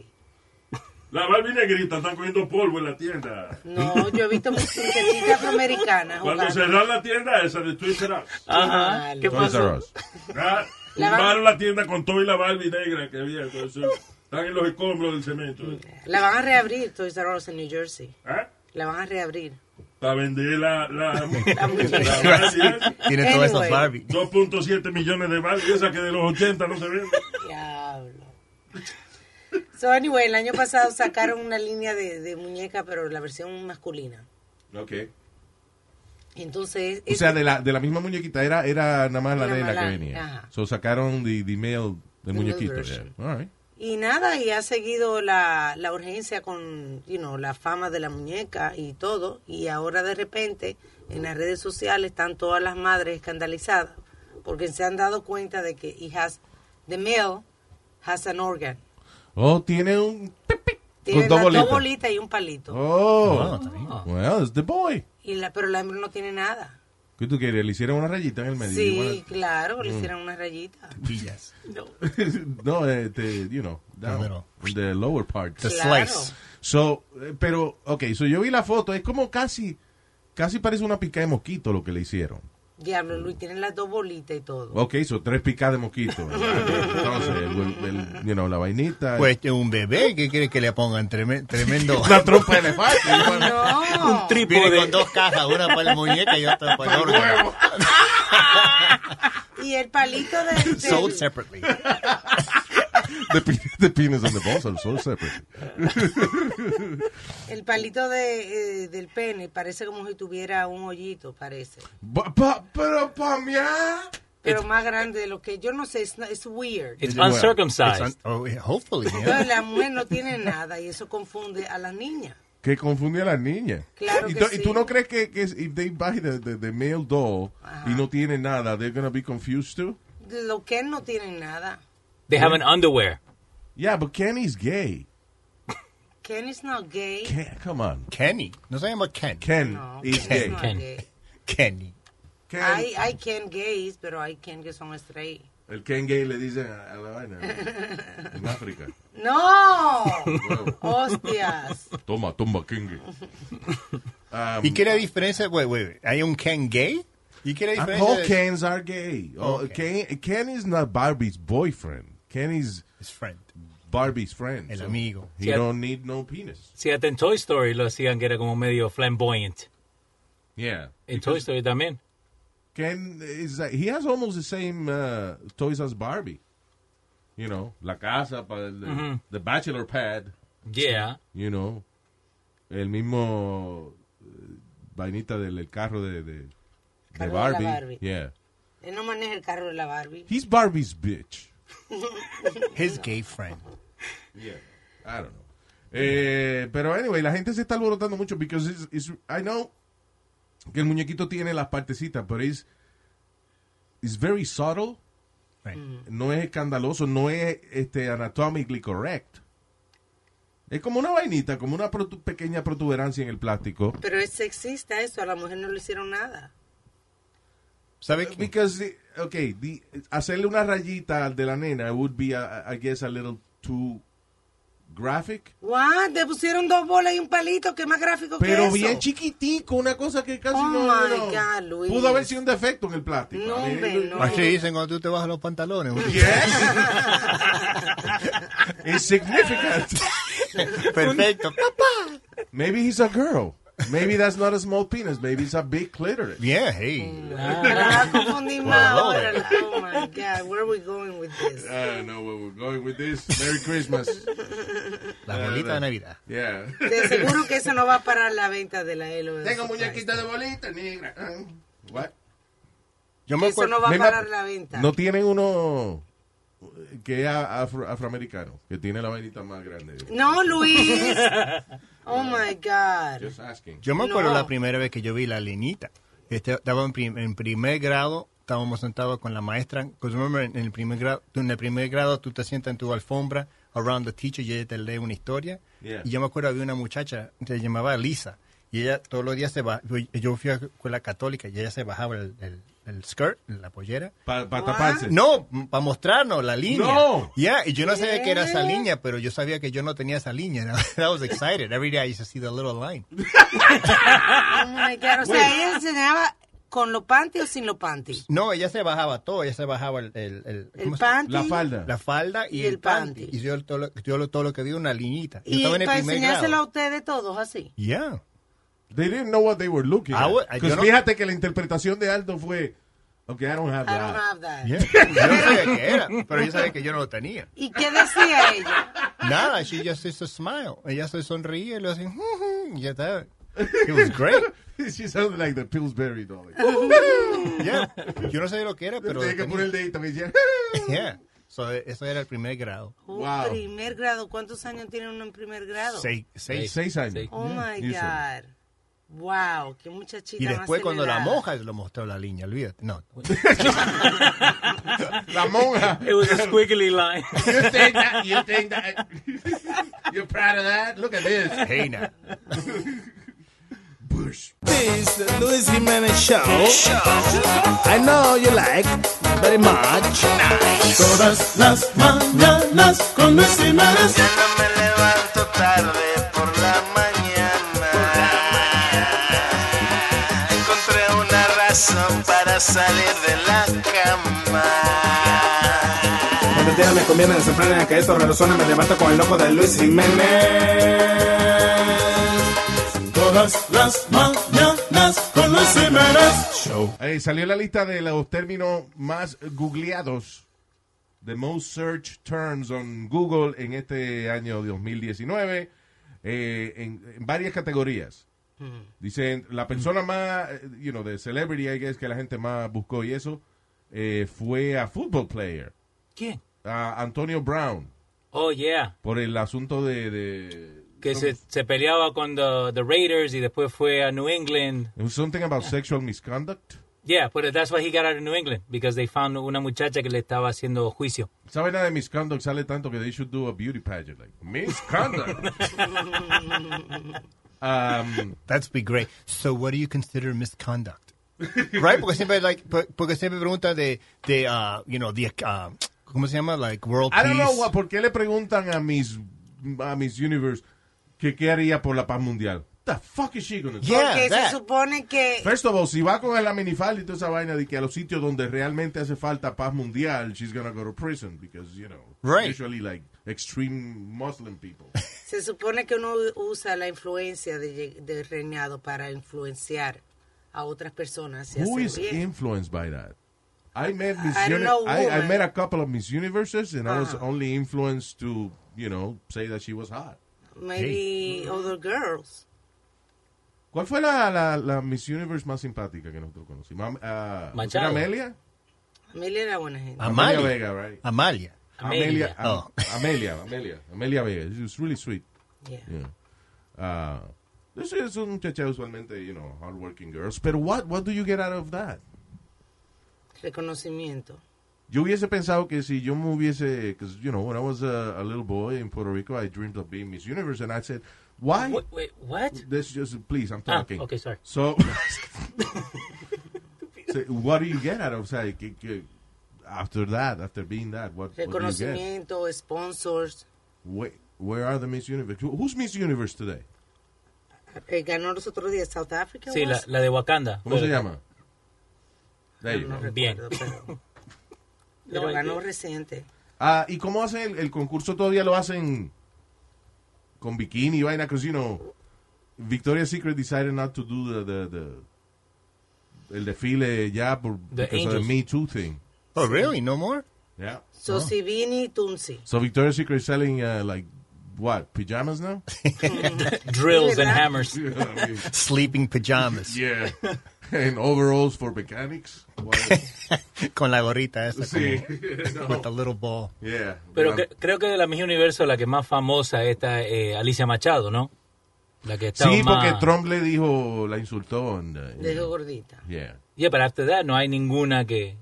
J: La Barbie negrita están cogiendo polvo en la tienda.
F: No, yo he
A: <laughs>
F: visto muñequitas afroamericanas
J: Cuando
F: jugando.
J: cerraron la tienda esa de Twitter,
I: Uh-huh.
A: Ajá. ¿Qué
B: Toys R
A: pasó?
B: Us.
J: ah,
F: La Barbie-
J: tumbaron la tienda con toda la Barbie negra que había. entonces, están en los escombros del cemento. ¿Eh?
F: La van a reabrir Toys R Us en New Jersey.
J: ¿Ah?
F: La van a reabrir.
J: Para vender la, la, la
F: muñeca.
J: Barbie ¿eh? esa.
L: Tiene todas esas
F: Anyway.
L: Barbie.
J: 2.7 millones de Barbie, esa que de los 80 no se vende.
F: Diablo. So, anyway, el año pasado sacaron una línea de, de muñeca, pero la versión masculina.
B: Ok.
F: Entonces,
B: O sea, de la, de la misma muñequita era, era nada más la
F: Nada
B: nena
F: más
B: que
F: la-
B: venía.
F: ajá.
B: So sacaron the, the male, the, muñequito. yeah.
F: version.
B: All right.
F: Y nada, y ha seguido la, la urgencia con you know, la fama de la muñeca y todo. Y ahora de repente en las redes sociales están todas las madres escandalizadas porque se han dado cuenta de que he has, the male has an organ.
B: Oh, tiene un.
F: Tiene las
B: Con dos
F: dos
B: bolitas.
F: bolitas y un palito.
L: Ah,
B: Oh.
L: está bien.
B: Well, it's the boy.
F: Y la, pero la hembra no tiene nada.
B: ¿Qué tú querías? Le hicieron una rayita en el medio.
F: sí,
B: You wanna-
F: claro,
B: Mm.
F: le hicieron una rayita.
L: Pillas.
B: <laughs> no, este, you know, down,
L: middle.
B: the lower part.
L: The
F: Claro.
L: slice.
B: So, eh, pero, ok, so yo vi la foto, es como casi, casi parece una pica de mosquito lo que le hicieron.
F: Diablo, Luis, tienen las dos bolitas y todo.
B: Ok, so tres picas de mosquito. <laughs> Entonces, el- el- you know, la vainita.
L: Pues este, un bebé, ¿qué quiere que le pongan? Treme-
J: <laughs>
L: Tremendo.
B: la trompa de elefante. <laughs>
F: No.
L: <laughs> Viene
A: Trípode.
L: con dos cajas, una para la muñeca y otra para el órgano.
F: Y el palito
B: <laughs>
F: de... del-
L: Sold separately.
B: the, pe- <laughs> the penis and the balls are so separate.
F: El palito de, eh, del pene parece como si tuviera un hoyito, parece.
B: Ba- ba- Pero pa' mí, ah.
F: Pero más grande de lo que yo no sé, es es weird.
A: It's
B: Bueno,
L: It's
A: uncircumcised.
L: un- oh, hopefully, yeah.
F: Entonces la mujer no tiene nada y eso confunde a las niñas.
B: Que confunde a las niñas.
F: Claro
B: y,
F: que
B: tú-
F: sí.
B: y tú no crees que, que if they buy the, the, the male doll y no tiene nada, they're gonna be confused too?
F: De Lo que no tienen nada.
A: They have an underwear.
B: Yeah, but Kenny's gay.
F: Ken is not gay.
B: Ken, come on.
L: Kenny. No se llama Ken.
B: Ken
F: No,
B: is
F: Ken is
B: gay.
F: not
A: Ken.
F: gay.
L: Kenny.
B: Ken-
F: Hay, hay Ken gays, pero hay Ken que son straight.
B: el Ken gay le dicen a, a la
F: <laughs>
B: vaina. en África. <laughs>
F: ¡No!
B: Huevo.
F: ¡Hostias!
B: Toma, toma, Ken gay. Um,
J: Um,
L: ¿Y qué es la diferencia? Wait, wait, wait. ¿Hay un Ken gay? ¿Y qué era
B: Ah,
L: diferencia?
B: All
L: de-
B: Kens are gay. Oh,
L: Okay.
B: Ken, Ken is not Barbie's boyfriend. Ken is
L: His friend.
B: Barbie's friend.
L: El amigo.
B: He
A: Sí,
B: don't need no penis.
A: Si hasta en Toy Story lo hacían que era como medio flamboyant.
B: Yeah.
A: En Toy Story también.
B: Ken is like, he has almost the same uh, toys as Barbie. You know, la casa, pa, el-
A: Mhm.
B: the bachelor pad,
A: Yeah.
B: you know. El mismo eh, vainita del el carro de, de, de
F: Carro de la
B: Barbie.
F: Barbie.
B: Yeah.
F: Él no maneja el carro de la Barbie.
B: He's Barbie's bitch.
L: His gay friend.
B: Yeah, I don't know. Eh, pero anyway, la gente se está alborotando mucho because it's, it's- I know que el muñequito tiene las partecitas, pero es it's very subtle,
L: Right.
F: Mm.
B: no es escandaloso, no es este anatomically correct. Es como una vainita, como una protu- pequeña protuberancia en el plástico.
F: Pero es sexista eso, a la mujer no le hicieron nada.
L: ¿Sabe qué?
B: Because, the- okay, the- hacerle una rayita al de la nena would be, I I guess, a little too graphic.
F: What? Le pusieron dos bolas y un palito, que más gráfico que
B: Pero
F: eso.
B: bien chiquitico, una cosa que casi
F: Oh
B: no,
F: my
B: no-
F: God, Luis.
B: Pudo haber sido un defecto en el plástico.
F: No,
B: Eh,
F: hombre, no.
L: Así dicen cuando tú te bajas los pantalones.
F: <laughs>
B: <laughs> Insignificant.
L: <laughs> Perfecto.
B: Maybe he's a girl. Maybe that's not a small penis. Maybe it's a big clitoris.
L: Bien, hey.
F: Ah, la confundí más
L: Wow.
F: ahora. Oh my God, where are we going with this?
B: I don't know where Ah, we're going with this. Merry Christmas.
L: La bolita de Navidad.
B: <laughs> Yeah.
F: De seguro que eso no va a parar la venta de la Elo.
B: Tengo muñequita de bolita negra. What?
L: Yo me
F: Eso
L: acuerdo.
F: no va a
B: Venga,
F: parar la venta.
B: No tienen uno que es afro- afroamericano, que tiene la vainita más grande.
F: No,
L: <laughs>
F: Luis. Oh my God.
B: Just asking.
L: Yo me acuerdo
F: No.
L: la primera vez que yo vi la lenita. Este, estaba en, prim- en primer grado, estábamos sentados con la maestra. Because remember, en el primer grado, tú, en el primer grado tú te sientas en tu alfombra around the teacher y ella te lee una historia.
B: Yeah.
L: Y yo me acuerdo había una muchacha, se llamaba Lisa, y ella todos los días se bajaba, yo fui a escuela católica y ella se bajaba el, el- el skirt, la pollera.
B: Para taparse.
L: No, para mostrarnos la línea.
B: No.
L: Yeah, y yo no sabía que era esa
F: Yeah.
L: línea, pero yo sabía que yo no <laughs> tenía esa línea. I was excited. Every day I used to see the little line. Ah.
F: Oh my God. O sea, ella enseñaba con los panties o sin los panties.
L: No, ella se bajaba todo, ella se bajaba el, el,
F: El
L: el- Pues, ¿cómo se-
F: panty.
B: La falda.
L: la falda
F: Y
L: y, el
F: el
L: panty.
F: panty.
L: Y yo todo, lo, yo lo- todo lo que vi una liñita. Yo
F: Y
L: estaba en el
F: para
L: primer
F: enseñárselo a
L: grado.
F: ustedes todos así.
L: Yeah.
B: They didn't know what they were looking
L: Ah,
B: at.
L: bueno, yo
B: 'Cause
L: no-
B: fíjate que la interpretación de Aldo fue, okay, I don't have
F: I don't
B: that.
F: have that.
L: yeah. Yo no sabía qué era, pero yo sabía que yo no lo tenía.
F: ¿Y qué decía
L: <laughs>
F: ella?
L: Nada, she just used to smile. Ella se sonreía y lo hacía, "Ujú", y ya estaba. It was great.
B: <laughs> She sounded like the Pillsbury dolly.
L: Yeah. Yo no sabía lo que era, pero.
B: Tenía que
L: lo
B: poner el
L: tenía.
B: dedito que decía,
L: <laughs>
F: <laughs>
L: Yeah. So, eso era el primer grado.
F: Un
B: Wow.
F: primer grado. ¿Cuántos años tiene uno en primer grado?
L: Seis. seis.
B: Seis años.
F: Oh my
B: Dice.
F: God. Wow, qué muchachita
L: Y
F: más
L: después cuando la
F: acelerada.
L: moja lo mostró la línea, olvídate. No,
B: La monja.
A: It was a squiggly line.
B: <laughs> You think that, you think that, <laughs> you're proud of that? Look at this.
L: Heina.
B: Bush.
D: This the Luis Jimenez show. I know you like very much. Todas las mañanas con Luis Jiménez.
M: encontré una razón para salir de la cama.
D: Cuando tira me conviene, se frena que esto resuena. Me levanto con el loco de Luis Jiménez. Todas las mañanas con Luis Jiménez. Show.
B: Eh, salió la lista de los términos más googleados. The most search terms on Google en este año 2019. eh, en, en varias categorías. Dicen, la persona más, eh, you know, de celebrity, I guess, que la gente más buscó y eso, eh, fue a football player,
A: ¿Quién?
B: a Antonio Brown,
A: Oh, yeah.
B: por el asunto de... de-
A: Que se, se peleaba con the, the Raiders y después fue a New England.
B: Something about sexual misconduct.
A: Yeah, but that's why he got out of New England. Because they found una muchacha que le estaba haciendo juicio.
B: ¿Sabe nada de misconduct? Sale tanto que they should do a beauty pageant. Like, misconduct. um,
L: That's be great. So what do you consider misconduct? <laughs> right? Porque siempre, like, por- porque siempre pregunta de, de uh, you know, the, uh, ¿cómo se llama? Like, world
B: I
L: peace.
B: don't know why- por qué le preguntan a mis a mis universe que qué haría por la paz mundial. the fuck is she gonna do?
F: Porque se supone que
B: First of all, si va con la minifalda y toda esa vaina de que a los sitios donde realmente hace falta paz mundial, she's gonna go to prison because, you know,
F: Right.
B: usually like extreme Muslim people.
F: se supone que uno usa la influencia de, lleg- del reinado para influenciar a otras personas hacia
B: Who
F: hacer
B: is
F: bien.
B: influenced by that? I met Miss
F: I don't
B: Uni-
F: know,
B: I, I
F: woman.
B: met a couple of Miss Universes and I was
F: Uh-huh.
B: only influenced to, you know, say that she was hot.
F: Maybe other girls.
B: ¿Cuál fue la, la, la Miss Universe más simpática que nosotros conocimos? Am- ah, ¿era Amelia?
F: Amelia era buena gente.
B: Amelia Vega, right?
L: Amalia.
B: Amelia.
L: Amelia.
B: Am-
L: Oh. <laughs>
B: Amelia, Amelia. Amelia Vega. She was really sweet.
F: Yeah.
B: Ah, this is un muchacha usualmente, you know, hardworking girls. Pero what, what do you get out of that?
F: Reconocimiento.
B: Yo hubiese pensado que si yo me hubiese, because, you know, when I was a, a little boy in Puerto Rico, I dreamed of being Miss Universe, and I said, why?
G: Wait, wait, what?
B: This just, please, I'm
G: Ah,
B: talking.
G: okay, sorry.
B: So, so what do you get out of, o sea, que- que- after that, after being that, what, what do you get?
F: Reconocimiento, sponsors.
B: Where, where are the Miss Universe? Who- Who's Miss Universe today?
F: Eh, ganó los otros días South Africa.
A: Sí, la,
F: was?
A: la de Wakanda.
B: ¿Cómo se
A: Pero-
B: llama? There you go.
A: Bien. <laughs>
F: Pero ganó reciente.
B: Ah, ¿y cómo hacen el, el concurso? Todavía lo hacen con bikini y vaina, because you know, Victoria's Secret decided not to do the, the, the- el desfile ya por
L: The
B: because of the
L: angels.
B: Me Too thing.
L: Oh, really? No more?
B: Yeah.
F: So, Sivini y Tunsi.
B: So Victoria's Secret is selling uh, like what pajamas now? <laughs>
F: Drills and hammers.
L: Sleeping pajamas.
B: Yeah. and overalls for mechanics.
L: <laughs> Con la gorrita
B: <laughs>
L: esa.
B: Sí.
L: como- With the little ball.
B: Yeah.
A: Pero cre- creo que de la Miss Universo la que más famosa es esta eh, Alicia Machado, ¿no? La que está
B: Sí,
A: más...
B: porque Trump le dijo, la insultó. and, uh,
F: Dejo gordita.
B: yeah.
A: Yeah, pero after that no hay ninguna que...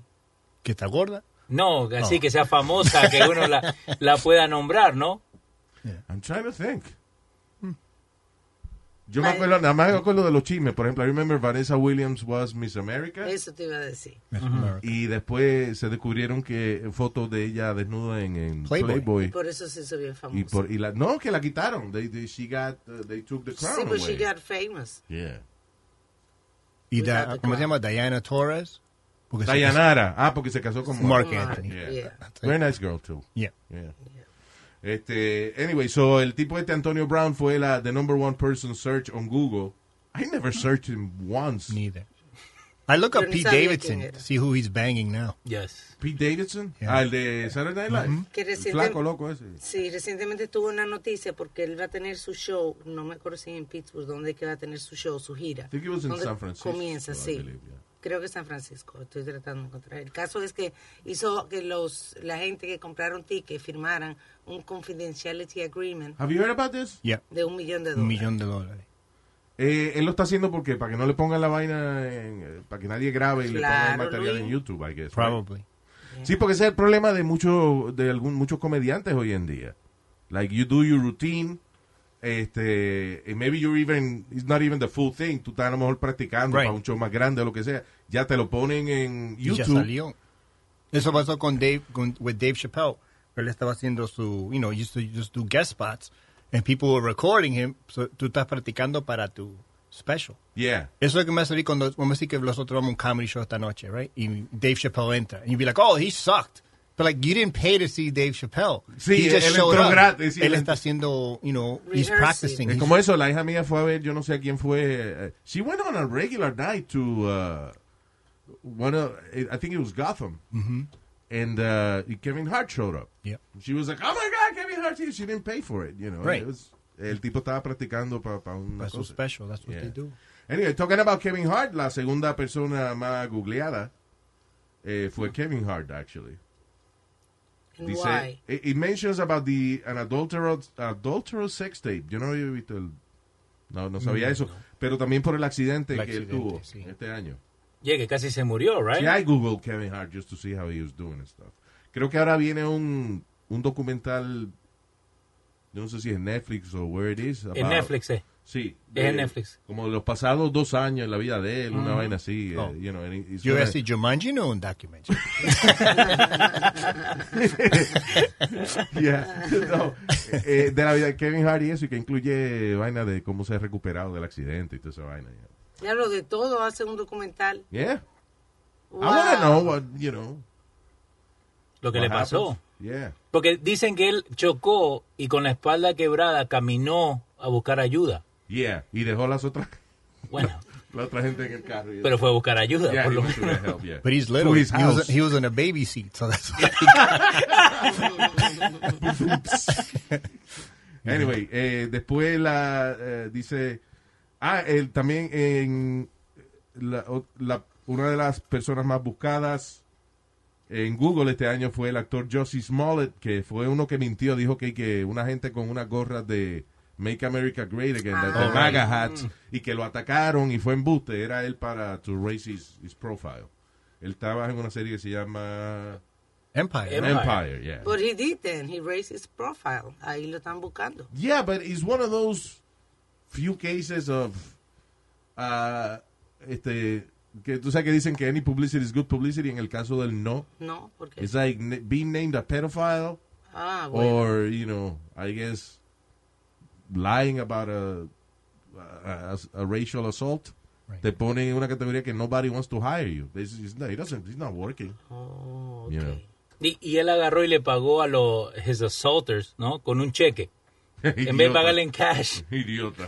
L: ¿Que está gorda?
A: No, así
L: No.
A: que sea famosa, que uno
B: <laughs>
A: la, la pueda nombrar, ¿no?
B: I'm trying to think. Yo me acuerdo, nada más me acuerdo de los chismes. Por ejemplo, I remember Vanessa Williams was Miss America.
F: Eso te iba a decir.
B: Y después se descubrieron que fotos de ella desnuda en, en
F: Playboy.
B: Playboy.
F: Y por eso se hizo bien famosa.
B: Y por- y la- no, que la quitaron. They, they- she got, uh, they took the crown
F: Sí, but she
B: away.
F: got famous.
B: Yeah.
L: Y da-
F: Without the
L: ¿Cómo se llama? Diana Torres. Porque se-
B: Dayanara. Ah, porque se casó con
L: Mark Anthony.
B: Yeah.
L: Yeah.
B: Very nice girl, too.
L: Yeah.
B: Yeah. Este, anyway, so el tipo este Antonio Brown fue la the number one person search on Google. I never searched him once.
L: Neither. I look up
B: Pero ni
L: Pete
B: sabía
L: Davidson
B: quién
L: to see who he's banging now.
A: Yes.
B: Pete Davidson,
L: Yeah.
B: al de Saturday Night Live.
L: Mhm.
F: Mm-hmm. Que
B: El
F: reciente-
B: flaco loco ese.
F: Sí, recientemente tuvo una noticia porque él va a tener su show, no me acuerdo si es en Pittsburgh, donde es que va a tener su show, su gira.
B: I think it was in
F: ¿Dónde
B: San Francisco,
F: Comienza,
B: I
F: sí.
B: believe,
F: Creo que San Francisco, estoy tratando de encontrar. El caso es que hizo que los la gente que compraron tickets firmaran un confidentiality agreement
B: Have you heard about this?
L: Yeah.
F: de un millón de
L: Un
F: dólares.
L: millón de dólares.
B: Eh, él lo está haciendo porque para que no le pongan la vaina, en- eh, para que nadie grabe y le pongan
L: Claro,
B: el material
L: Luis.
B: en YouTube, I guess. right?
L: Probably.
B: Sí, porque ese es el problema de muchos de algún, muchos comediantes hoy en día. Like you do your routine, este, and maybe you're even it's not even the full thing. Tú estás a lo mejor practicando para un show más grande o lo que sea. Ya te lo ponen en
L: Y ya
B: YouTube.
L: salió. Eso pasó con Dave, con with Dave Chappelle. Él estaba haciendo su, you know, used to just do guest spots, and people were recording him. So tú estás practicando para tu special.
B: Yeah.
L: Eso es lo que me salí cuando, vamos a decir que nosotros vamos a un comedy show esta noche, right? Y Dave Chappelle entra. And you'd be like, oh, he sucked. But like, you didn't pay to see Dave Chappelle.
B: Sí,
L: he just
B: él
L: showed
B: entró
L: up.
B: gratis y
L: Él
B: él
L: está haciendo, you know, he's
B: Rehearsing.
L: practicing.
B: Es
L: He's-
B: como eso, la hija mía fue a ver, yo no sé a quién fue. eh, she went on a regular night to uh, one of, eh, I think it was Gotham.
L: Mhm.
B: And uh, Kevin Hart showed up.
L: Yeah.
B: She was like, oh my God, Kevin Hart, she didn't pay for it, you know.
L: Right.
B: It was- el tipo estaba practicando para una
L: That's so
B: cosa.
L: special. That's what they do.
B: Anyway, talking about Kevin Hart, la segunda persona más googleada eh, fue Kevin Hart, actually.
F: And why?
B: it, it mentions about the an adulterous, adulterous sex tape. Yo no había visto el... No, no sabía
A: Mm,
B: eso.
A: no.
B: Pero también por el accidente que él
A: accidente,
B: tuvo este año.
A: Yeah, que casi se murió, right?
B: Sí, I googled Kevin Hart just to see how he was doing and stuff. Creo que ahora viene un, un documental, yo no sé si es Netflix o where it is.
A: En Netflix, eh.
B: Sí.
A: Es
B: de-
A: en Netflix. Mm.
B: Como de los pasados dos años en la vida de él, una vaina así. eh,
A: Oh.
B: you know, and it- it's
L: Yo iba a
B: una-
L: decir Jumanji, no un documentary. <laughs>
B: Yeah. <laughs> No, eh, de la vida de Kevin Hart y eso, y que incluye vaina de cómo se ha recuperado del accidente y toda esa vaina.
F: Ya lo de todo hace un documental.
B: Yeah. Yeah.
F: Wow.
B: I want to know what, you know.
G: Lo que
B: what
G: le pasó.
B: happens. Yeah.
G: Porque dicen que él chocó y con la espalda quebrada caminó a buscar ayuda.
B: Yeah. Y dejó las otras. <laughs>
G: Bueno.
B: la otra gente en el carro. y-
G: Pero fue a buscar ayuda,
B: Yeah,
G: por
B: he
G: lo
B: went to
G: menos.
B: the help, yeah.
L: But he's
B: To
L: little. He
B: his
L: was,
B: house.
L: he was in a baby seat, so that's <laughs> why.
B: <laughs> Anyway, eh, después la eh, dice, ah, él también en la, o- la- una de las personas más buscadas en Google este año fue el actor Josie Smollett, que fue uno que mintió, dijo que, que una gente con unas gorras de Make America Great Again, de- de
L: Ah.
B: MAGA hats, y que lo atacaron y fue embuste, era él para to raise his, his profile. Él trabaja en una serie que se llama
L: Empire.
B: Empire, yeah.
F: But he didn't. He raised his profile. Ahí lo están buscando.
B: Yeah, but it's one of those few cases of uh, este que tú sabes que dicen que any publicity is good publicity en el caso del no.
F: No, porque.
B: It's like n- being named a pedophile Oh,
F: Ah,
G: Oh,
F: bueno.
B: or you know, I guess lying about a a, a racial assault. Te ponen en una categoría que nobody wants to hire you. This is not, it doesn't, it's not working. You know.
G: Y, y él agarró y le pagó a los his assaulters, ¿no? Con un cheque.
B: <laughs>
G: en vez de
B: Idiota.
G: pagarle en
B: <laughs>
G: cash.
B: Idiota.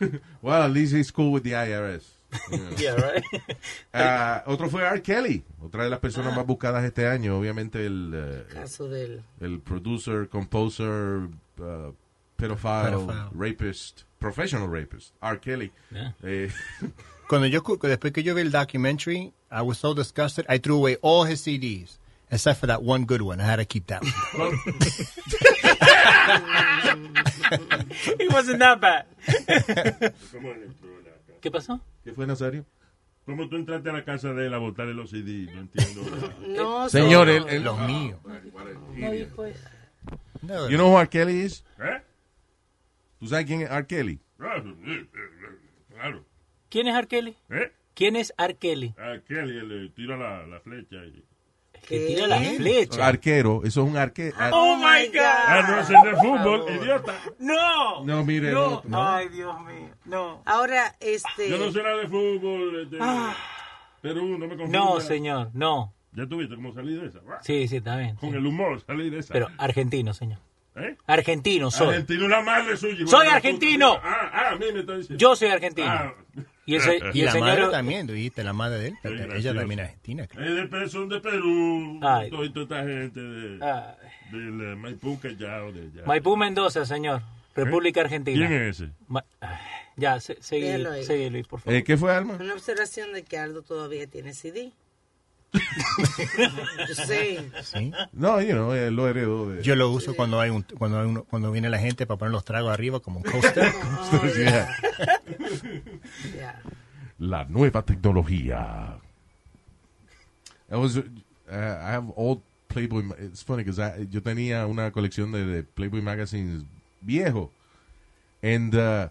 B: <laughs> Well, at least he's cool with the IRS.
G: <laughs> Yeah, right.
B: Ah, otro fue R. Kelly, otra de las personas más buscadas este año. Obviamente el, eh,
F: Caso del.
B: el producer, composer, uh, pedophile,
L: Pedophile.
B: rapist, professional rapist, R. Kelly.
G: Yeah.
I: <laughs>
B: Eh,
L: Cuando yo, cu- después que yo vi el documentary, I was so disgusted, I threw away all his CDs, except for that one good one. I had to keep <laughs> that one.
G: It wasn't that bad. ¿Qué pasó?
B: ¿Qué fue Nazario?
I: ¿Cómo tú entraste a la casa de él a botarle los CD? No entiendo.
F: No,
B: Señor, él- él-
L: Los míos.
F: Ay, pues.
B: <laughs> you know who R. Kelly is?
I: ¿Eh? Ah,
B: ¿Tú sabes quién es R. Kelly?
I: Claro.
G: ¿Quién es R. Kelly?
I: ¿Eh?
G: ¿Quién es R. Kelly?
I: A Kelly le tira la, la flecha. Y...
G: Que tira
F: ¿Eh?
G: la flecha.
B: Arquero, eso es un arquero.
G: Oh my God.
I: Ah, no, ese es de fútbol, idiota.
G: No.
B: No, mire, el
G: No.
B: otro.
G: Ay, Dios mío. No.
F: Ahora, este.
I: Yo no sé nada de fútbol. este, Perú, no me confunda.
G: Ah. No, señor, no.
I: ¿Ya tuviste cómo salir de esa? Ah,
G: Sí, sí, está bien.
I: Con
G: sí.
I: el humor salí de esa.
G: Pero argentino, señor.
I: ¿Eh?
G: Argentino soy.
I: Argentino, la madre suya. hijo
G: Soy
I: de la
G: argentino.
I: puta. Ah, ah, a mí me está diciendo.
G: Yo soy argentino.
I: Ah.
G: Y
I: <laughs>
G: el, se- y
L: Y
G: el
L: la madre
G: señor...
L: también, tú dijiste, la madre de él. Ella
I: gracioso.
L: también es argentina, creo.
I: Es de Perú, son de Perú.
G: Ay.
I: Todo, toda esta gente de,
G: Ah.
I: del eh, Maipú Callao. De allá.
G: Maipú Mendoza, señor. República Argentina.
I: ¿Quién es ese?
G: Ma- ah, Ya, se- seguí,
F: Déjalo ahí.
G: seguí, Luis, por favor.
B: Eh, ¿Qué fue, Alma?
F: Una observación de que Aldo todavía tiene CD. Yo sé.
L: Sí.
B: No, you know, él lo heredó de...
L: Yo lo uso cuando hay un, cuando hay uno- cuando viene la gente para poner los tragos arriba como un <laughs> coaster.
B: Yeah.
F: Ya.
B: La nueva tecnología. I was, uh, I have old Playboy. ma- It's funny because yo tenía una colección de, de Playboy magazines viejo. And uh,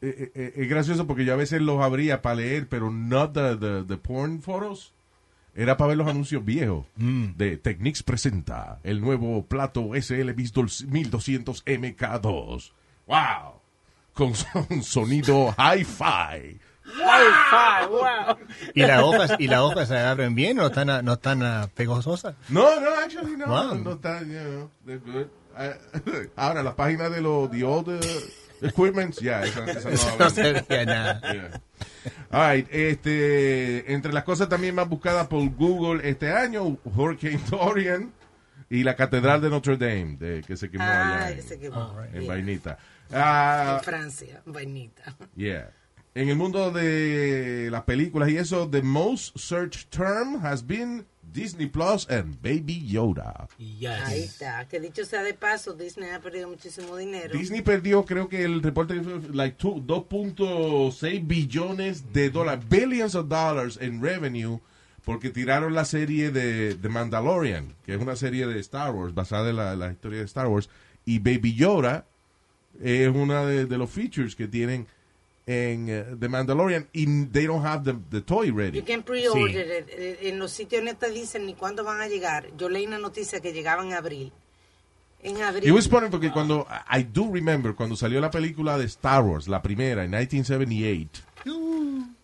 B: eh, eh, eh, es gracioso porque yo a veces los abría para leer, pero no the, the, the porn photos. Era para ver los anuncios viejos. De Technics presenta el nuevo plato SL 1200 MK2. ¡Wow! Con <laughs> son- un sonido hi-fi.
G: Wi-Fi, wow.
L: Y las hojas, y las hojas se abren bien, no están, a- no están a pegajosas.
B: No, no, actually, no.
L: Wow.
B: No está, you know, they're good. Ah, <laughs> ahora, las páginas de los the old uh, equipments, ya, esa, esa
L: Eso
B: no
L: <laughs> no
B: va
L: se
B: a
L: veía nada.
B: Yeah. All right, este, entre las cosas también más buscadas por Google este año, Hurricane <laughs> Dorian y la Catedral de Notre Dame, de, que se quemó allá
F: Ah,
B: en,
F: ese que va.
B: en
F: Yeah.
B: Vainita. Ah,
F: En Francia, vainita.
B: Yeah. En el mundo de las películas y eso, the most searched term has been Disney Plus and Baby Yoda.
F: Ahí
G: Yes.
F: está. Que dicho sea de paso, Disney ha perdido muchísimo dinero.
B: Disney perdió, creo que el reporte que fue, like two- 2.6 billones de dólares, billions of dollars en revenue, porque tiraron la serie de The Mandalorian, que es una serie de Star Wars, basada en la, la historia de Star Wars, y Baby Yoda es una de, de los features que tienen en eh, The Mandalorian y they don't have the, the toy ready.
F: You can pre-order it. Eh, En los sitios no te dicen ni cuándo van a llegar. Yo leí una noticia que llegaba en abril. En abril.
B: It was funny porque cuando, I do remember, cuando salió la película de Star Wars, la primera, en 1978,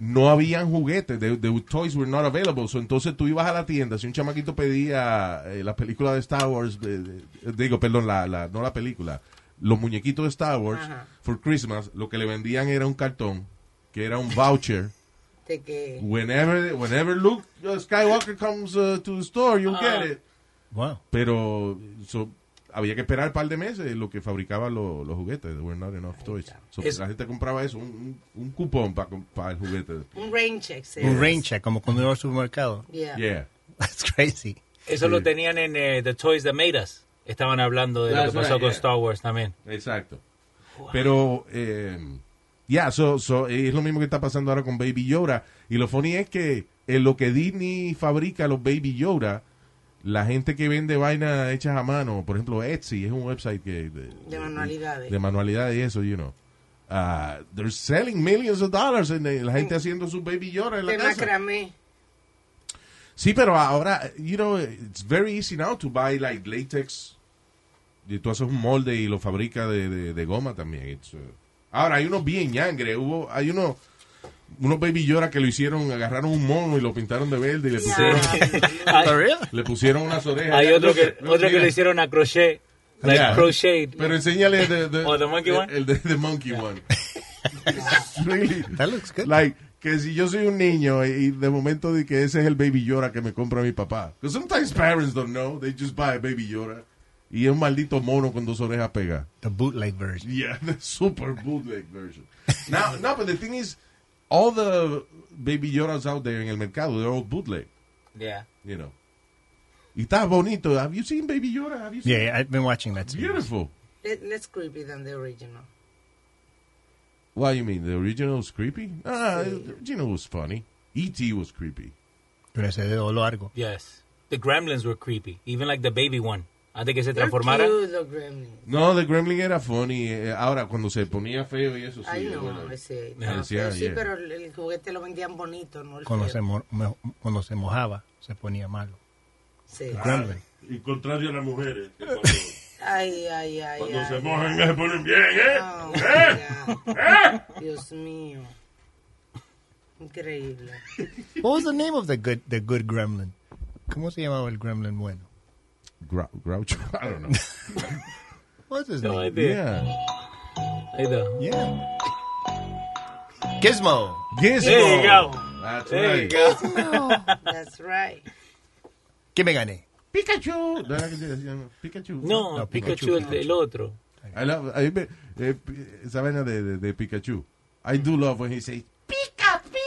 B: no habían juguetes, the, the toys were not available, so entonces tú ibas a la tienda, si un chamaquito pedía eh, la película de Star Wars, eh, eh, digo, perdón, la, la- no la película, los muñequitos de Star Wars,
F: Ajá.
B: for Christmas, lo que le vendían era un cartón, que era un voucher.
F: de que
B: Whenever, whenever Luke uh, Skywalker comes uh, to the store, you'll get it.
L: <laughs> Wow.
B: Pero so, había que esperar un par de meses lo que fabricaban lo- los juguetes. There were not enough toys. So,
L: Es-
B: la gente compraba eso, un, un- un cupón para el juguete.
F: un rain check. se
L: Un
F: dice.
L: rain check, como cuando iba al supermercado. <laughs>
F: Yeah.
B: Yeah.
L: That's crazy.
G: Eso
L: Sí.
G: lo tenían en eh, The Toys That Made Us. Estaban hablando de lo
B: That's
G: que pasó
B: right,
G: con
B: yeah.
G: Star Wars también.
B: Exacto. Pero, eh, yeah, so, so, es lo mismo que está pasando ahora con Baby Yoda. Y lo funny es que en lo que Disney fabrica los Baby Yoda, la gente que vende vainas hechas a mano, por ejemplo, Etsy, es un website que... de-
F: De manualidades.
B: de manualidades y eso, you know. Ah, they're selling millions of dollars en eh, la gente haciendo su baby Yoda en la
F: De
B: casa.
F: macramé.
B: Sí, pero ahora, you know, it's very easy now to buy like latex. Y tú haces un molde y lo fabrica de, de- de goma también. It's, uh, Ahora hay unos bien ñangre, hubo hay unos unos baby Yoda que lo hicieron, agarraron un mono y lo pintaron de verde y le pusieron le pusieron unas orejas.
G: Hay otro que,
B: Mira.
G: otro que lo hicieron a crochet. Like
B: Yeah.
G: crochet.
B: Pero enséñale de, de-
G: <laughs> ¿O the monkey
B: el,
G: one?
B: el de the monkey one. <laughs> Really, Like, que si yo soy un niño y de momento de que ese es el Baby Yoda que me compra mi papá. Because sometimes parents don't know. They just buy a Baby Yoda. Y es un maldito mono con dos orejas pegadas.
L: The bootleg version.
B: Yeah, <laughs> the super bootleg version. Now, no, but the thing is, all the Baby Yodas out there en el mercado, they're all bootleg,
G: Yeah.
B: you know. Y está bonito. Have you seen Baby Yoda? Have you seen
L: Yeah, I've been watching that. series.
B: Beautiful.
F: Let- Let's creepy than the original.
B: What do you mean? The original was creepy? Ah, the original was funny. E.T. was creepy.
L: Pero ese dedo largo.
G: Yes. The gremlins were creepy. Even like the baby one. Antes que se
F: They're
G: transformara.
F: cute, los gremlins.
B: No, The Gremlin era funny. Eh, Ahora, cuando se ponía feo y eso sí.
F: Ay, no,
B: bueno,
F: ese-
B: me decía,
F: Pero sí,
B: yeah. em-
F: pero el, el juguete lo vendían bonito, ¿no? El
L: Cuando
F: feo.
L: se, mo- mo- cuando se mojaba, se ponía malo.
F: Sí.
B: em-
L: Gremlin.
I: Y contrario a las mujeres, que
B: <laughs>
I: cuando,
F: Ay, ay, ay.
I: cuando
F: ay,
I: se
F: ay.
I: mojan se ponen bien, ¿eh?
F: Oh,
I: ¿Eh?
F: my
I: ¿Eh?
F: God. Dios mío. Increíble.
L: What was the name of the good, the good gremlin? ¿Cómo se llamaba el gremlin bueno?
B: Grou- Groucho. <laughs> I don't know.
L: What's his
B: No
L: name?
B: idea.
G: Ahí está.
L: Yeah. Gizmo.
B: Gizmo.
G: There you go.
B: That's
G: There
B: right.
G: you go.
F: That's right.
L: ¿Quién me gané?
B: Pikachu. ¿No era Oh, que se decía, Pikachu.
G: No, Pikachu, el, el otro. <laughs>
B: I love, a mí me- eh, pi- esa vaina de, de, de Pikachu. I do love when he says,
J: Pica, pica.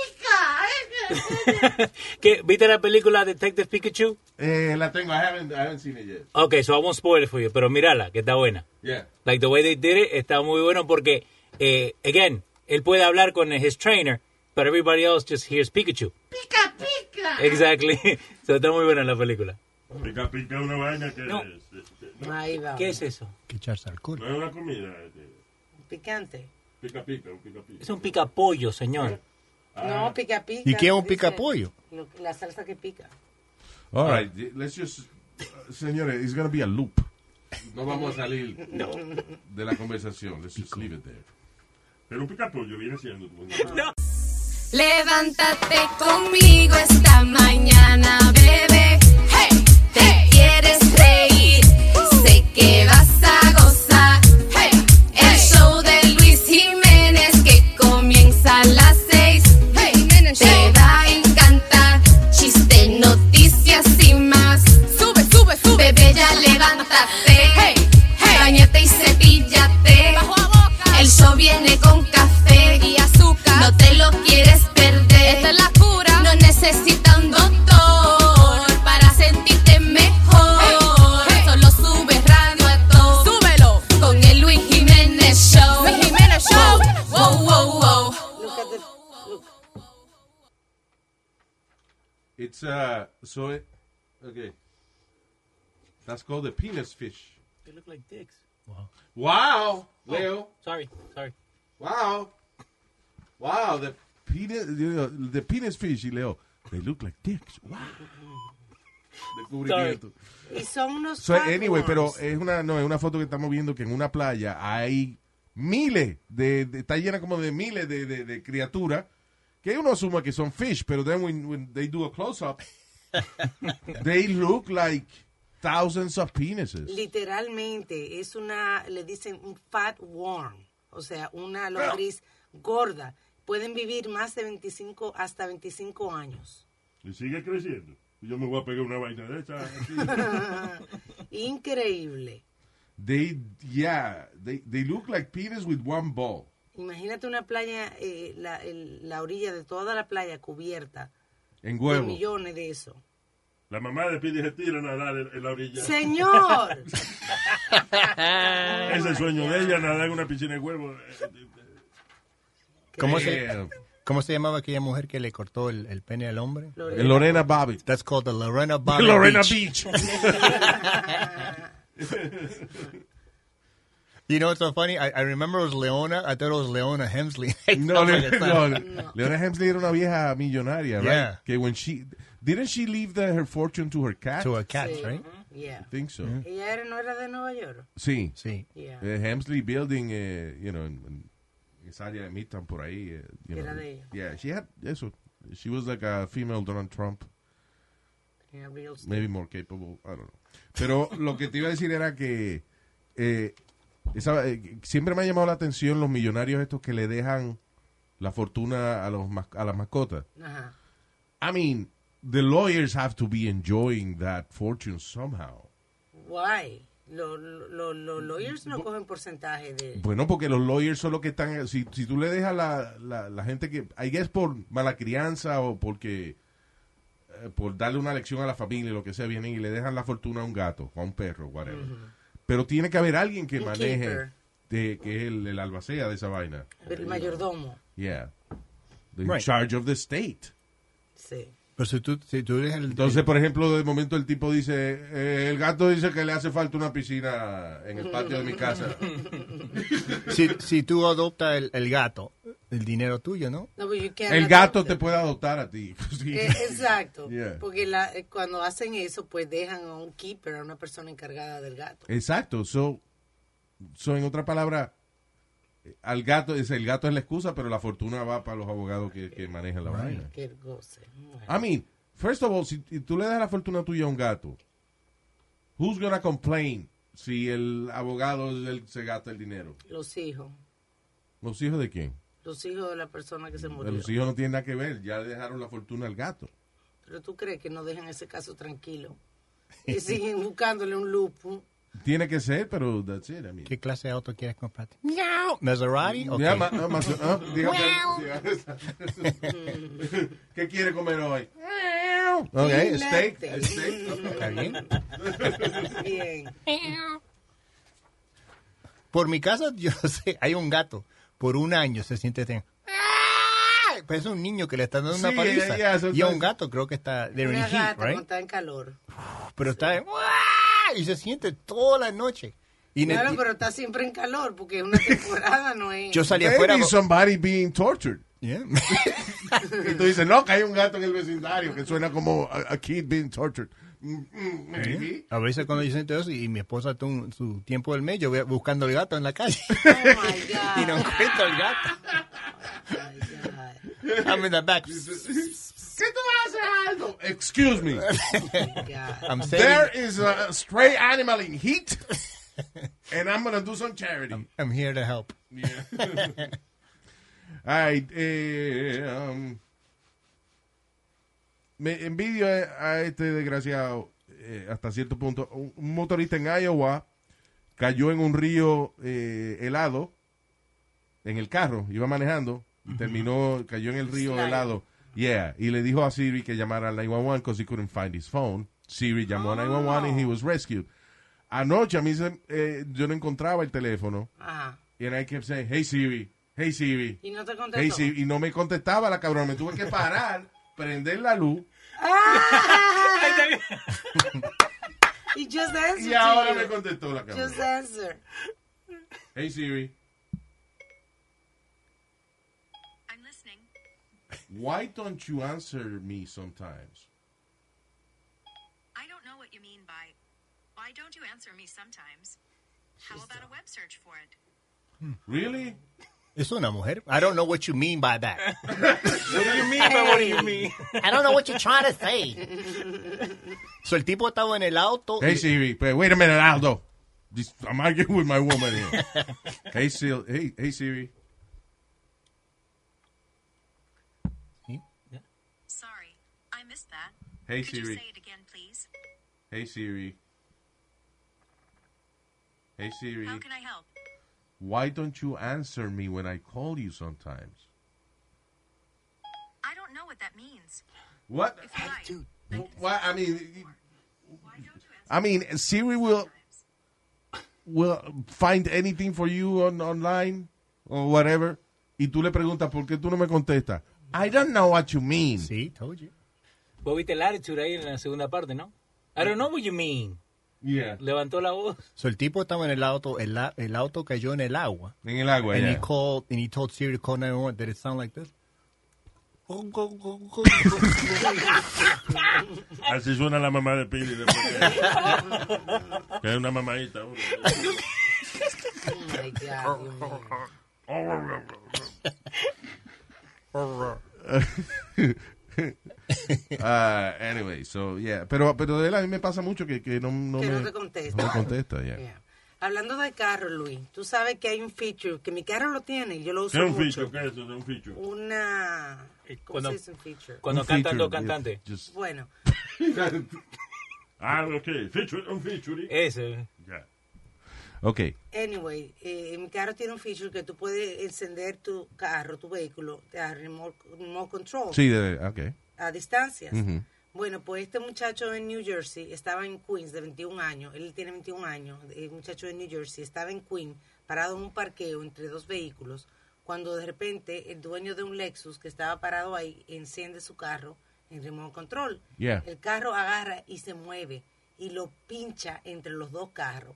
G: ¿Qué? ¿Viste la película Detective Pikachu?
B: eh, la tengo, I haven't, I haven't seen it yet.
G: Ok, so I won't spoil it for you, pero mírala, que está buena.
B: Yeah.
G: Like the way they did it, está muy bueno porque, eh, again, él puede hablar con his trainer, but everybody else just hears Pikachu.
J: Pica, pica.
G: Exactly. <laughs> so está muy buena la película.
I: Pica, pica una vaina que
G: No.
I: es, este, no,
F: Ahí va.
G: ¿Qué es eso?
L: Que echarse alcohol.
I: no es una comida. este,
F: Picante.
I: pica, pica, un pica, pica.
G: Es un picapollo, señor.
I: Ah.
F: No, pica, pica.
L: ¿Y qué es un
F: dice,
L: picapollo?
F: lo- La salsa que pica.
B: All right, let's just... uh, Señores, it's gonna be a loop. No vamos a salir de la conversación. Let's just leave it there.
I: Pero un pica pollo viene siendo.
N: Levántate conmigo esta mañana, bebé. Hey, te quieres reír. Sé que vas a gozar. Hey, el show de Luis Jiménez que comienza a las seis. Hey, te va a encantar. Chiste, noticias y más. Sube, sube, sube. Bebé, ya levántate. Hey, hey. Bañate y cepíllate. El show viene con café y azúcar. No te lo quieres perder. Esta es la cura. No necesita un doctor para sentirte mejor. Solo sube radio a todo. Súbelo. Con el Luis Jiménez Show. Luis Jiménez Show. Wow, wow, wow.
F: Look at the- look.
B: It's uh so it, okay. That's called the penis fish.
G: They look like dicks.
B: Wow. Leo.
G: Oh, Sorry, sorry.
B: Wow. Wow, the penis, you know, the penis fish, y Leo. They look like dicks. Wow. Descubrimiento.
F: Y son unos
B: So, anyway,
F: fat
B: pero
F: ones.
B: es una, no, es una foto que estamos viendo que en una playa hay miles de, de- está llena como de miles de, de- de criaturas que uno asuma que son fish, pero then when, when they do a close up, they look like thousands of penises.
F: Literalmente, es una, le dicen un fat worm, o sea, una lombriz gorda. Pueden vivir más de 25, hasta 25 años.
I: Y sigue creciendo. Yo me voy a pegar una vaina de esa. así.
F: Increíble.
B: <laughs> They, yeah, they, they look like penis with one ball.
F: Imagínate una playa, eh, la, el- la orilla de toda la playa cubierta
B: En
F: de
B: huevo.
F: millones de eso.
I: La mamá de Pidi se tira a nadar en, en la orilla.
F: Señor,
I: Ese es el sueño de ella, nadar en una piscina de huevos.
L: ¿Cómo
I: Yeah.
L: se, ¿Cómo se llamaba aquella mujer que le cortó el, el pene al hombre?
B: Lorena. Eh, Lorena Bobbitt.
L: That's called the Lorena
B: <laughs>
L: Bobbitt.
B: Lorena
L: Beach.
B: Beach.
L: you know what's so funny? I, I remember it was Leona. I thought it was Leona Hemsley.
B: <laughs>
L: <laughs>
B: No, Le- no, Leona Hemsley era una vieja millonaria,
L: Yeah.
B: right? Que when she didn't she leave the, her fortune to her cat?
L: To her cat, Sí. right?
F: Yeah.
B: I think so.
F: ella era- no era de Nueva York.
B: Sí.
L: Sí.
F: Yeah.
B: The Hemsley building, eh, you know, en, en esa área de Midtown por ahí. eh, you
F: Era
B: know.
F: de ella.
B: Yeah, she had eso. She was like a female Donald Trump,
F: Era real estate.
B: maybe more capable, I don't know. Pero lo que te iba a decir era que eh, esa- eh, siempre me ha llamado la atención los millonarios estos que le dejan la fortuna a los mas- a las mascotas.
F: Ajá.
B: I mean, the lawyers have to be enjoying that fortune somehow.
F: Why? Los lo, lo- lawyers no cogen porcentaje de...
B: Bueno, porque los lawyers son los que están. Si, si tú le dejas la, la, la gente que. I guess por mala crianza o porque. eh, por darle una lección a la familia, lo que sea, vienen y le dejan la fortuna a un gato o a un perro, whatever. Pero tiene que haber alguien que
F: Un
B: maneje.
F: keeper.
B: De, que es el, el albacea de esa vaina.
F: El mayordomo.
B: Yeah. The
L: Right.
B: charge of the state.
F: Sí.
L: Pero si tú, si tú eres el...
B: Entonces, por ejemplo, de momento el tipo dice, eh, el gato dice que le hace falta una piscina en el patio de mi
F: <laughs>
B: casa.
L: <laughs> si, si tú adoptas el, el gato, el dinero tuyo, ¿no?
F: No, pues, but you can't
B: El
F: adopt-
B: gato te puede adoptar a ti. <laughs> Sí.
F: Eh, exacto.
B: Yeah.
F: Porque la- eh, cuando hacen eso, pues dejan a un keeper, a una persona encargada del gato.
B: Exacto. So, so, en otra palabra, eh, al gato, es, el gato es la excusa, pero la fortuna va para los abogados que, que manejan la vaina.
F: Que goce. Bueno.
B: I mean, first of all, si t- tú le das la fortuna tuya a un gato, who's gonna complain si el abogado es el- se gasta el dinero?
F: Los hijos.
B: ¿Los hijos de quién?
F: Los hijos de la persona que se murió.
B: Los hijos no tienen nada que ver, ya le dejaron la fortuna al gato.
F: Pero tú crees que no dejan ese caso tranquilo. Y
B: <laughs>
F: siguen buscándole un lupo.
B: Tiene que ser, pero that's it, I mean.
L: ¿Qué clase de auto quieres comprarte? Maserati? Okay.
B: Ya, ma- ah, ma- ah, dijo que- <laughs> ¿Qué quiere comer hoy? Ok, steak.
L: Está bien.
F: Bien.
L: Por mi casa, <laughs> yo no sé, hay un gato. Por un año se siente ten. ¡Ah! Pues es un niño que le está dando una
F: Sí,
L: paliza.
F: yeah, yeah, so
L: y a un
F: it's-
L: gato creo que está... they're in
F: Una
L: heat,
F: gata
L: right?
F: cuando está en calor.
L: Pero está... ¡Ah! Y se siente toda la noche. Y ne-
F: Claro, pero está siempre en calor porque es una temporada, no es.
L: Yo salí
B: Maybe
L: afuera.
B: somebody being tortured.
L: Yeah. <laughs>
B: y tú dices, no, que hay un gato en el vecindario que suena como a, a kid being tortured. Mm, mm, maybe.
L: <laughs> A veces cuando yo siento eso y mi esposa tuvo un- su tiempo del mes, yo voy buscando el gato en la calle. <laughs> y no encuentro el gato. Oh, I'm in the back.
B: ¿Qué tú vas a hacer, Aldo? Excuse
L: <laughs>
B: me.
L: I'm saving-
B: There is a stray animal in heat, and I'm going to do some charity.
L: I'm here to help.
B: <laughs> All right, eh, um, me envidio a, a este desgraciado eh, hasta cierto punto. Un, un motorista en Iowa cayó en un río eh, helado en el carro, iba manejando y terminó, cayó en el río
I: Slide.
B: helado. Yeah, y le dijo a Siri que llamara al 911 because he couldn't find his phone. Siri llamó al 911 and he was rescued. Anoche a mí se- eh, yo no encontraba el teléfono.
F: Ajá.
B: And I kept saying, hey Siri, hey Siri.
F: Y no te contestó.
B: Hey Siri, y no me contestaba la cabrona. Me tuve que parar, <laughs> prender la luz.
F: Y just answer.
B: Y
F: to
B: ahora
F: you.
B: me contestó la cabrona.
F: Just answer.
B: Hey Siri. Why don't you answer me sometimes?
O: I don't know what you mean by why don't you answer me sometimes? How about a web search for it?
B: Really?
L: Es una mujer. I don't know what you mean by that.
H: What do you mean by what do you mean?
L: I don't know what you're trying to say. <laughs> So el tipo estaba en el auto.
B: Hey
L: y-
B: Siri, but wait a minute, Aldo. This- I'm arguing with my woman here. <laughs> hey, Sil hey, hey Siri.
O: Sorry, I missed that.
B: Hey,
O: Could you
B: Siri.
O: say it again, please?
B: Hey Siri. Hey Siri.
O: How can I help?
B: Why don't you answer me when I call you sometimes?
O: I don't know what that means.
B: What?
O: If you like,
B: Why? I mean, I mean, Siri will will find anything for you on online or whatever. Y tú le preguntas por qué tú no me contestas. I don't know what you mean.
L: Sí, told you.
G: Vos viste el attitude ahí en la segunda parte, ¿no? I don't know what you mean.
B: Yeah.
G: Levantó la voz.
L: So el tipo estaba en el auto. El, la- el auto cayó en el agua.
B: En el agua,
L: And he
B: yeah.
L: called and he told Siri to call 911. Did it sound like this?
I: Así suena la mamá de Pili. después
O: <laughs>
I: que- Que es una mamadita. uno.
B: <laughs> Ah, anyway, so yeah, pero pero de él a mí me pasa mucho que, que no, no
F: Que
B: me
F: no te contesta.
B: no me contesta, yeah.
F: Yeah. Hablando de carro, Luis, tú sabes que hay un feature que mi carro lo tiene y yo lo
I: ¿Qué
F: uso
I: es un
F: mucho.
I: ficho? ¿Qué es eso de un ficho?
F: Una. ¿Cómo
I: cuando-
F: se dice un feature?
I: cuando
B: Un
I: cantan los
B: feature,
I: cantantes.
B: yeah, just-
F: Bueno,
I: Ah, ok. Ficho, un ficho.
G: Ese. eh.
I: Ya.
B: Okay.
F: anyway, eh, mi carro tiene un feature que tú puedes encender tu carro, tu vehículo, a remote, remote control,
B: Sí, de, okay.
F: a distancias.
B: Ujú.
F: Bueno, pues este muchacho en New Jersey estaba en Queens de 21 años. Él tiene 21 años. El muchacho de New Jersey estaba en Queens, parado en un parqueo entre dos vehículos. Cuando de repente el dueño de un Lexus que estaba parado ahí enciende su carro en remote control.
B: Yeah.
F: El carro agarra y se mueve y lo pincha entre los dos carros.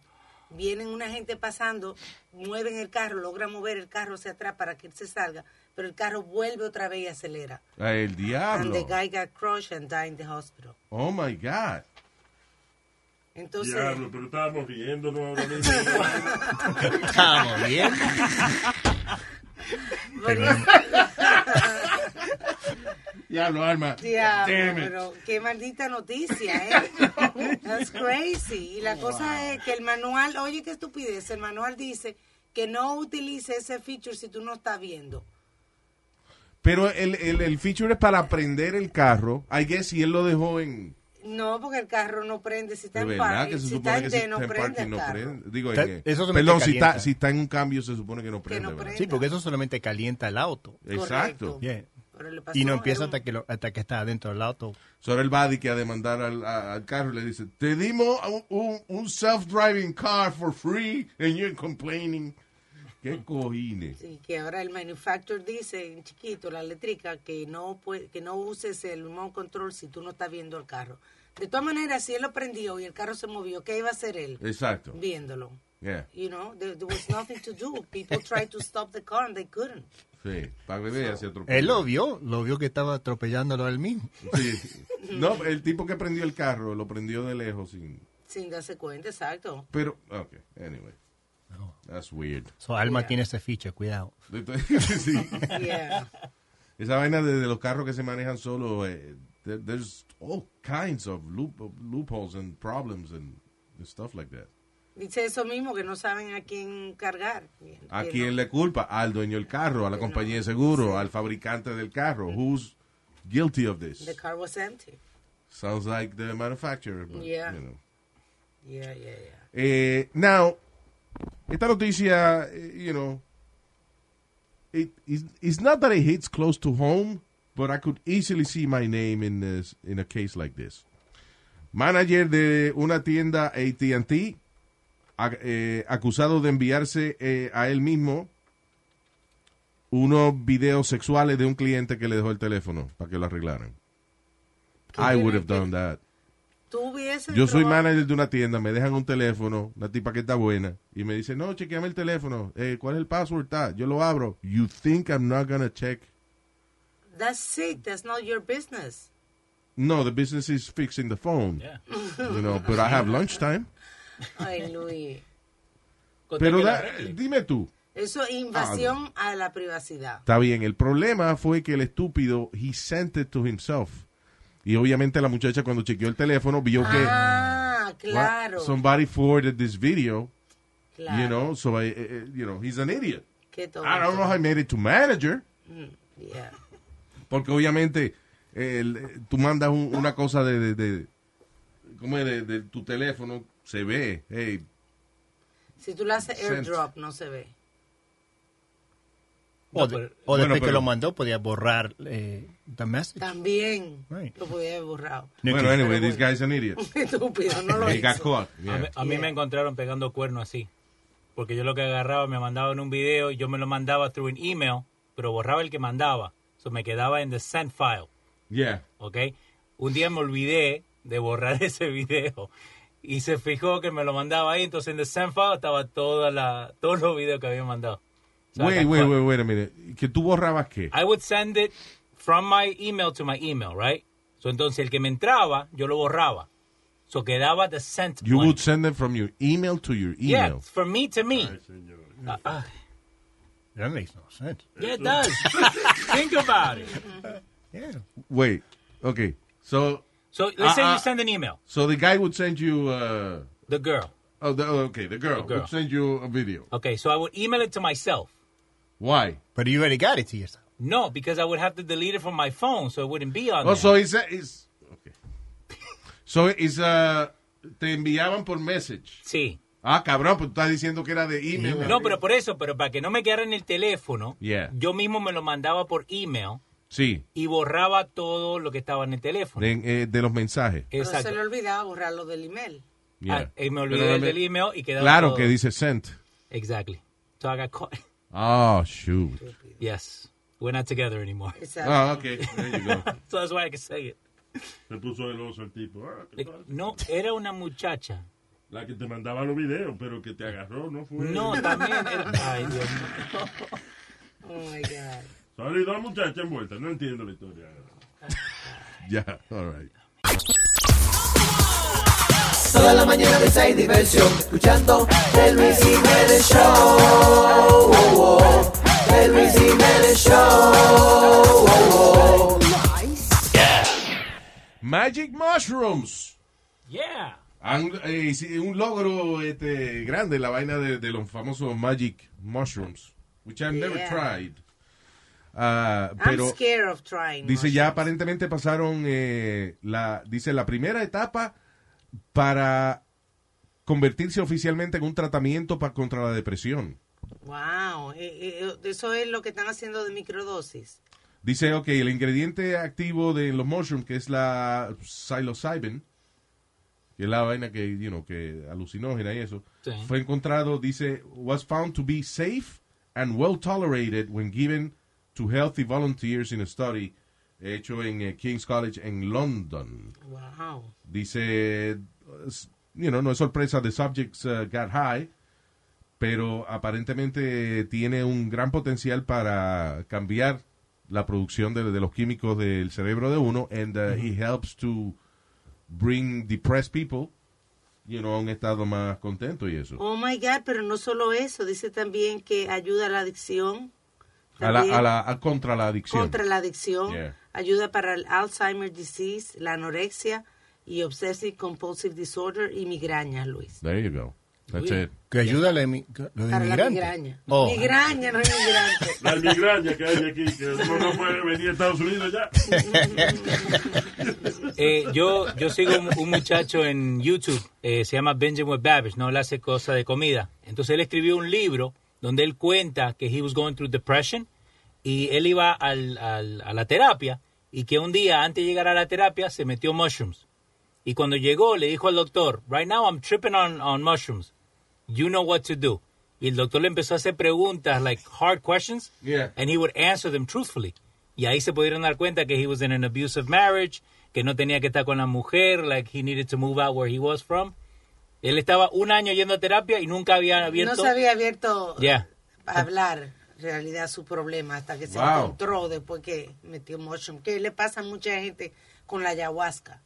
F: Vienen una gente pasando, mueven el carro, logran mover el carro hacia atrás para que él se salga, pero el carro vuelve otra vez y acelera.
B: Ah, El
F: And the
B: diablo.
F: guy got crushed and died in the hospital.
B: Oh my God.
F: Entonces,
I: Diablo, pero estábamos riéndonos ahora mismo.
L: Estamos bien.
B: <laughs> Diablo, alma.
F: diablo,
B: Damn it.
F: pero qué maldita noticia,
B: <laughs>
F: ¿eh? That's crazy. Y la
B: Oh,
F: cosa es que el manual, oye, qué estupidez, el manual dice que no utilice ese feature si tú no estás viendo.
B: Pero el, el, el feature es para prender el carro. I guess si él lo dejó en.
F: No, porque el carro no prende. Si está
B: De
F: en
B: verdad que
F: parking,
B: se
F: si está
B: supone
F: en
B: que si
F: D, no
B: está en
F: prende
B: parking
F: el
B: no
F: carro.
B: prende. Digo,
L: Está-
B: en-
L: eso se me
B: perdón, si
L: calienta.
B: está, si está en un cambio se supone que no prende. ¿verdad?
L: Sí, porque eso solamente calienta el auto.
B: Exacto.
L: Yeah.
F: Pero le pasó
L: Y no
F: a
L: empieza
F: un-
L: hasta que, lo- hasta que está adentro del auto.
B: So ahora el body que a demandar al, a- al carro y le dice, te dimos un, un- un self-driving car for free and you're complaining. Qué cojines.
F: Sí, que ahora el manufacturer dice en chiquito, la eléctrica, que no pue- que no uses el remote control si tú no estás viendo el carro. De todas maneras, si él lo prendió y el carro se movió, ¿qué iba a hacer él?
B: Exacto.
F: Viéndolo.
B: Yeah.
F: You know, there, there was nothing to do. People tried to stop the car and they couldn't.
B: Sí, para beber y hacia otro
L: Él lo vio, lo vio que estaba atropellándolo a él mismo.
B: Sí. No, el tipo que prendió el carro lo prendió de lejos sin...
F: Sin darse cuenta, exacto.
B: Pero, ok, anyway. That's weird. <laughs>
L: So, Alma tiene ese ficha, cuidado.
B: Sí.
F: Yeah.
B: Esa vaina de, de los carros que se manejan solo, eh, there- there's all kinds of loop, loopholes and problems and stuff like that.
F: Dice eso mismo, que no saben a quién cargar.
B: ¿A
F: Que no.
B: quién le culpa? Al dueño del carro, a la compañía de seguro, al fabricante del carro. Who's guilty of this?
F: The car was empty.
B: Sounds like the manufacturer, but,
F: Yeah.
B: you know.
F: Yeah, yeah, yeah.
B: Eh, now, esta noticia, eh, you know, it, it's, it's not that it hits close to home, but I could easily see my name in, this, in a case like this. Manager de una tienda ATT, ac- eh, acusado de enviarse eh, a él mismo unos videos sexuales de un cliente que le dejó el teléfono para que lo arreglaran. I would have done that.
F: tú hubieses
B: Yo soy
F: probado-
B: manager de una tienda, me dejan un teléfono, una tipa que está buena, y me dice, no, chequeame el teléfono, eh, ¿cuál es el password? Ta, yo lo abro. You think I'm not gonna check?
F: That's it, that's not your business.
B: No, the business is fixing the phone. You know, but I have lunchtime.
F: Ay, Luis.
B: Pero da- dime tú,
F: Eso
B: Ah,
F: es invasión a la privacidad.
B: está bien, el problema fue que el estúpido, he sent it to himself. Y obviamente la muchacha cuando chequeó el teléfono vio que...
F: Ah, claro.
B: What? Somebody forwarded this video.
F: Claro.
B: You know, Ah, so I, eh, eh, you know, he's an idiot.
F: Qué
B: I don't know how I made it to manager.
F: Mm, yeah.
B: Porque obviamente el- tú mandas un- una cosa de, de, de- ¿cómo es? De, de tu teléfono, se ve. Hey,
F: Si tú le haces
B: Sent.
F: airdrop, no se ve.
L: O, de- o
B: Bueno,
L: después que
B: pero-
L: lo mandó, podía borrar eh, the message.
F: También lo podía haber borrado. <laughs>
B: bueno, anyway, this guy's an idiot.
F: Estúpido, no lo
B: He got
F: hizo.
B: caught.
G: A mí,
B: Yeah.
G: a mí me encontraron pegando cuerno así. Porque yo lo que agarraba, me mandaban un video, yo me lo mandaba through an email, pero borraba el que mandaba. So me quedaba en the sent file,
B: Yeah.
G: ¿ok? Un día me olvidé de borrar <laughs> ese video. Y se fijó que me lo mandaba ahí, entonces en the sent file estaba toda la, todos los videos que había mandado. So I
B: Wait,
G: got
B: wait,
G: caught.
B: wait, wait a minute. ¿Que tú borrabas qué?
G: I would send it from my email to my email, right? So entonces el que me entraba, yo lo borraba. So quedaba the sent
B: You
G: one.
B: would send it from your email to your
G: Yeah,
B: email.
G: from me to me. Ah, ah.
L: That makes no sense.
G: Yeah, it does. <laughs> Think about it.
B: Wait, okay. So,
G: So let's say
B: Ah,
G: you
B: ah.
G: send an email.
B: so the guy would send you... Uh,
G: the girl.
B: Oh, the, oh, okay, the girl,
G: The girl. Uh,
B: would send you a video.
G: Okay, so I would email it to myself.
B: Why?
L: But you already got it to yourself.
G: No, because I would have to delete it from my phone, so it wouldn't be on there.
B: Oh, so it's, it's so it's, uh, te enviaban por message.
G: Sí.
B: Ah, cabrón, pues tú estás diciendo que era de email.
G: No, pero por eso, pero para que no me quedara en el teléfono,
B: Yeah.
G: yo mismo me lo mandaba por email
B: Sí,
G: y borraba todo lo que estaba en el teléfono.
B: de, eh, de los mensajes.
F: Pero
G: Exacto.
F: se le olvidaba borrarlo del email.
B: Yeah.
G: Ah, y me olvidé
B: Pero
G: del,
B: me-
G: del email y quedaba
B: Claro
G: todo.
B: que dice sent.
G: Exactly. So I got caught. <laughs>
B: Oh, shoot.
G: Yes. We're not together anymore. <laughs>
F: Exactly. Ah,
B: okay. There you go.
G: so that's why I can say it.
I: Se puso celoso el tipo. Ah, ¿qué
G: Eh,
I: pasa?
G: No, era una muchacha.
I: La que te mandaba los videos, pero que te agarró, no fue.
G: No, también. era- Ay, Dios mío.
F: Oh my God.
I: Solo hay dos muchachas envueltas, no entiendo la historia.
B: <laughs> Ya, all right.
P: Toda la mañana risa y diversión, escuchando el Luis Jiménez Show. Oh, oh. El Luis Jiménez Show. Oh, oh.
B: Magic Mushrooms.
G: Yeah.
B: Han, eh, sí, un logro este, grande la vaina de, de los famosos Magic Mushrooms, which I've never
F: Yeah.
B: tried. Ah,
F: I'm
B: pero
F: scared of trying.
B: dice ya aparentemente pasaron eh, la dice la primera etapa para convertirse oficialmente en un tratamiento para contra la depresión.
F: Wow. eh, eh, eso es lo que están haciendo de microdosis.
B: Dice, ok, el ingrediente activo de los mushrooms, que es la psilocybin, que es la vaina que, you know, que alucinógena y eso,
G: Sí.
B: fue encontrado, dice, was found to be safe and well tolerated when given to healthy volunteers in a study hecho en eh, King's College en London.
F: Wow.
B: Dice, s- you know, no es sorpresa, the subjects uh, got high, pero aparentemente tiene un gran potencial para cambiar la producción de, de los químicos del cerebro de uno, and uh, it helps to bring depressed people, you know, a un estado más contento y eso.
F: Oh my God, pero no solo eso. Dice también que ayuda a la adicción.
B: A la,
F: también
B: a la, a- contra la adicción.
F: Contra la adicción.
B: Yeah.
F: Ayuda para el Alzheimer's disease, la anorexia y obsessive compulsive disorder y migraña, Luis.
B: There you go. That's
F: Uy.
B: it.
L: Que ayuda a la emi- lo de
F: Para la
L: inmigrante.
F: migraña.
L: Oh.
F: Migraña, no es migrante.
I: La migraña que hay aquí, que uno no puede venir a Estados Unidos ya.
G: Eh, yo, yo sigo un, un muchacho en YouTube, eh, se llama Benjamin Babbage, ¿no? Él hace cosas de comida. Entonces él escribió un libro donde él cuenta que he was going through depression y él iba al- al- a la terapia y que un día antes de llegar a la terapia se metió mushrooms. Y cuando llegó le dijo al doctor, right now I'm tripping on, on mushrooms. You know what to do. Y el doctor le empezó a hacer preguntas, like hard questions,
B: Yeah.
G: and he would answer them truthfully. Y ahí se pudieron dar cuenta que he was in an abusive marriage, que no tenía que estar con la mujer, like he needed to move out where he was from. Él estaba un año yendo a terapia y nunca había abierto.
F: No se había abierto
G: Yeah.
F: a hablar en realidad su problema hasta que se
G: Wow.
F: encontró después que metió motion. Que le pasa a mucha gente con la ayahuasca,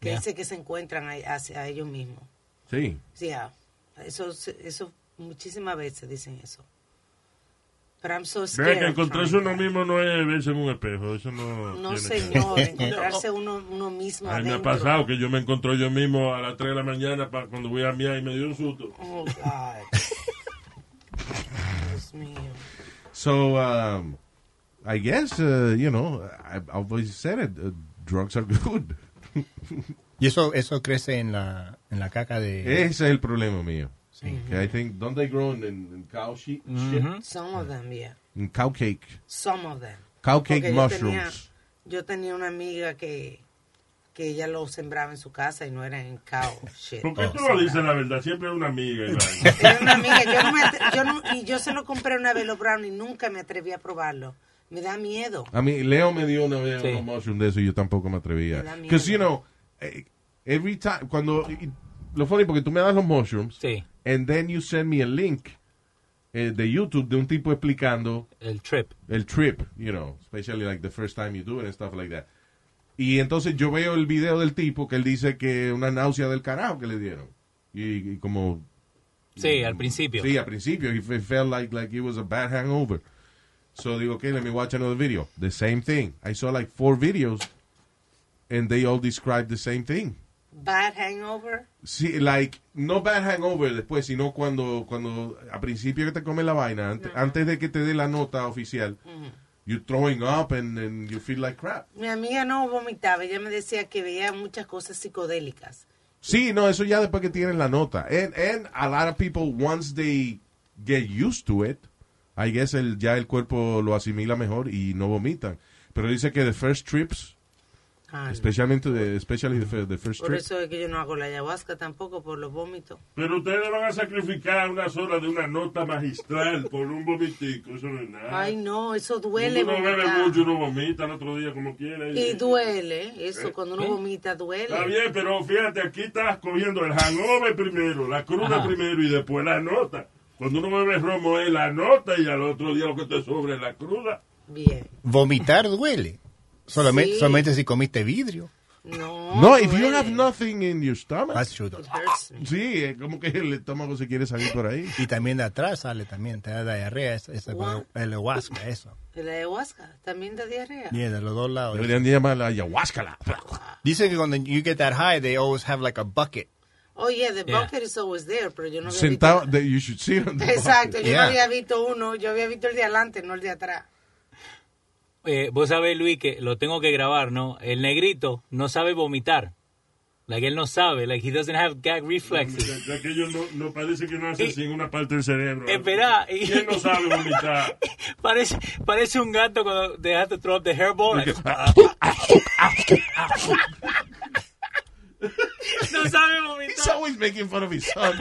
F: que
B: Yeah.
F: dice que se encuentran a- hacia ellos mismos.
B: Sí.
F: Yeah. ah, Eso, se- eso muchísimas veces dicen eso. Pero I'm so
I: Vea
F: scared.
I: que
F: of
I: encontrarse
F: trying.
I: uno mismo no es verse en un espejo. Eso no.
F: No,
I: tiene-
F: señor, encontrarse uno, uno mismo.
I: Ay, me ha
F: adentro.
I: pasado que yo me encontré yo mismo a las 3 de la mañana pa- cuando voy a mirar y me dio un susto.
F: Oh, God. Dios mío.
B: So, um, I guess, uh, you know, I- I've always said it, uh, drugs are
F: <laughs>
B: good.
L: <laughs> Y eso, eso crece en la, en la caca de...
B: Ese es el problema mío.
L: Sí.
B: Que I think, don't they grow in, in cow shit?
L: Mhm.
B: shit?
F: Some of them, yeah.
B: In cow cake.
F: Some of them.
B: Cow cake
F: Porque yo tenía-
B: mushrooms.
F: Yo tenía, una amiga que, que ella lo sembraba en su casa y no era en cow shit.
I: ¿Por
B: Oh,
I: qué tú
F: Sembraba.
I: no dices la verdad? Siempre es una
B: <laughs>
I: amiga. y vaina.
F: Era una amiga, yo no me atre- yo no- y yo se lo compré una vez los brown y nunca me atreví a probarlo. Me da miedo.
B: A mí, Leo me dio una vez
F: Sí.
B: unos mushrooms de eso y yo tampoco me atrevía.
F: Me da miedo.
B: Because, you know, eh, every time, cuando, y- lo funny porque tú me das los mushrooms, and then you send me a link eh, de YouTube de un tipo explicando
G: el trip.
B: El trip, you know, especially like the first time you do it and stuff like that. Y entonces yo veo el video del tipo que él dice que una náusea del carajo que le dieron. Y, y como
G: Sí, al principio.
B: Mm. Sí, al principio. He fe- felt like, like it was a bad hangover. So digo, okay, let me watch another video. The same thing. I saw like four videos and they all described the same thing.
F: Bad hangover.
B: Sí, like, no bad hangover después, sino cuando, cuando a principio que te come la vaina, ante- antes, de que te dé la nota oficial,
F: Ujú.
B: you're throwing up and, and you feel like crap.
F: Mi amiga no vomitaba, ella me decía que veía muchas cosas psicodélicas.
B: Sí, no, eso ya después que tienen la nota. And, and a lot of people, once they get used to it, I guess el, ya el cuerpo lo asimila mejor y no vomitan. Pero dice que the first trips,
F: Ah, no.
B: especialmente the, especially the, fir- the first
F: Por
B: trip,
F: eso es que yo no hago la ayahuasca tampoco, por los vómitos.
I: Pero ustedes van a sacrificar unas horas de una nota magistral por un vomitico. Eso no es nada.
F: Ay, no, eso duele.
I: Uno bebe
F: vomitar.
I: mucho, uno vomita el otro día como quiera.
F: Y duele, eso,
I: ¿Eh?
F: cuando uno
I: ¿Eh?
F: vomita duele.
I: Está bien, pero fíjate, aquí estás comiendo el hangover primero, la cruda primero y después la nota. Cuando uno bebe romo es la nota y al otro día lo que te sobra es la cruda.
F: Bien.
L: Vomitar duele. Solamente,
I: Sí.
L: solamente si comiste vidrio.
F: No,
B: No, if you have nothing in your stomach.
L: That's true, though.
B: Sí, es como que el estómago se quiere salir por ahí.
L: Y también de atrás sale también, te da diarrea, esa, esa, el ayahuasca, eso.
F: La ayahuasca también da diarrea.
L: Bien, de los dos lados.
B: Deberían de llamarla ayahuasca. la-
L: Dicen que cuando you get that high, they always have like a bucket.
F: Oh, yeah, the
L: Yeah.
F: bucket is always there, pero yo no había
B: Sentado, that you should see on the
F: visto... <laughs> Exacto, yo
G: Yeah.
F: no había visto uno, yo había visto el de adelante, no el de atrás.
G: Eh, vos sabés, Luis, que lo tengo que grabar, ¿no? El negrito no sabe vomitar. Like, él no sabe. Like, he doesn't have gag reflexes.
I: Ya que ellos no, no parece que no hacen sin una parte del cerebro.
G: Espera. y-
I: ¿Quién no sabe vomitar?
G: <laughs> parece, parece un gato cuando they have to throw up the hairball. like, ah, <laughs> no sabe vomitar.
B: He's always making fun of his son.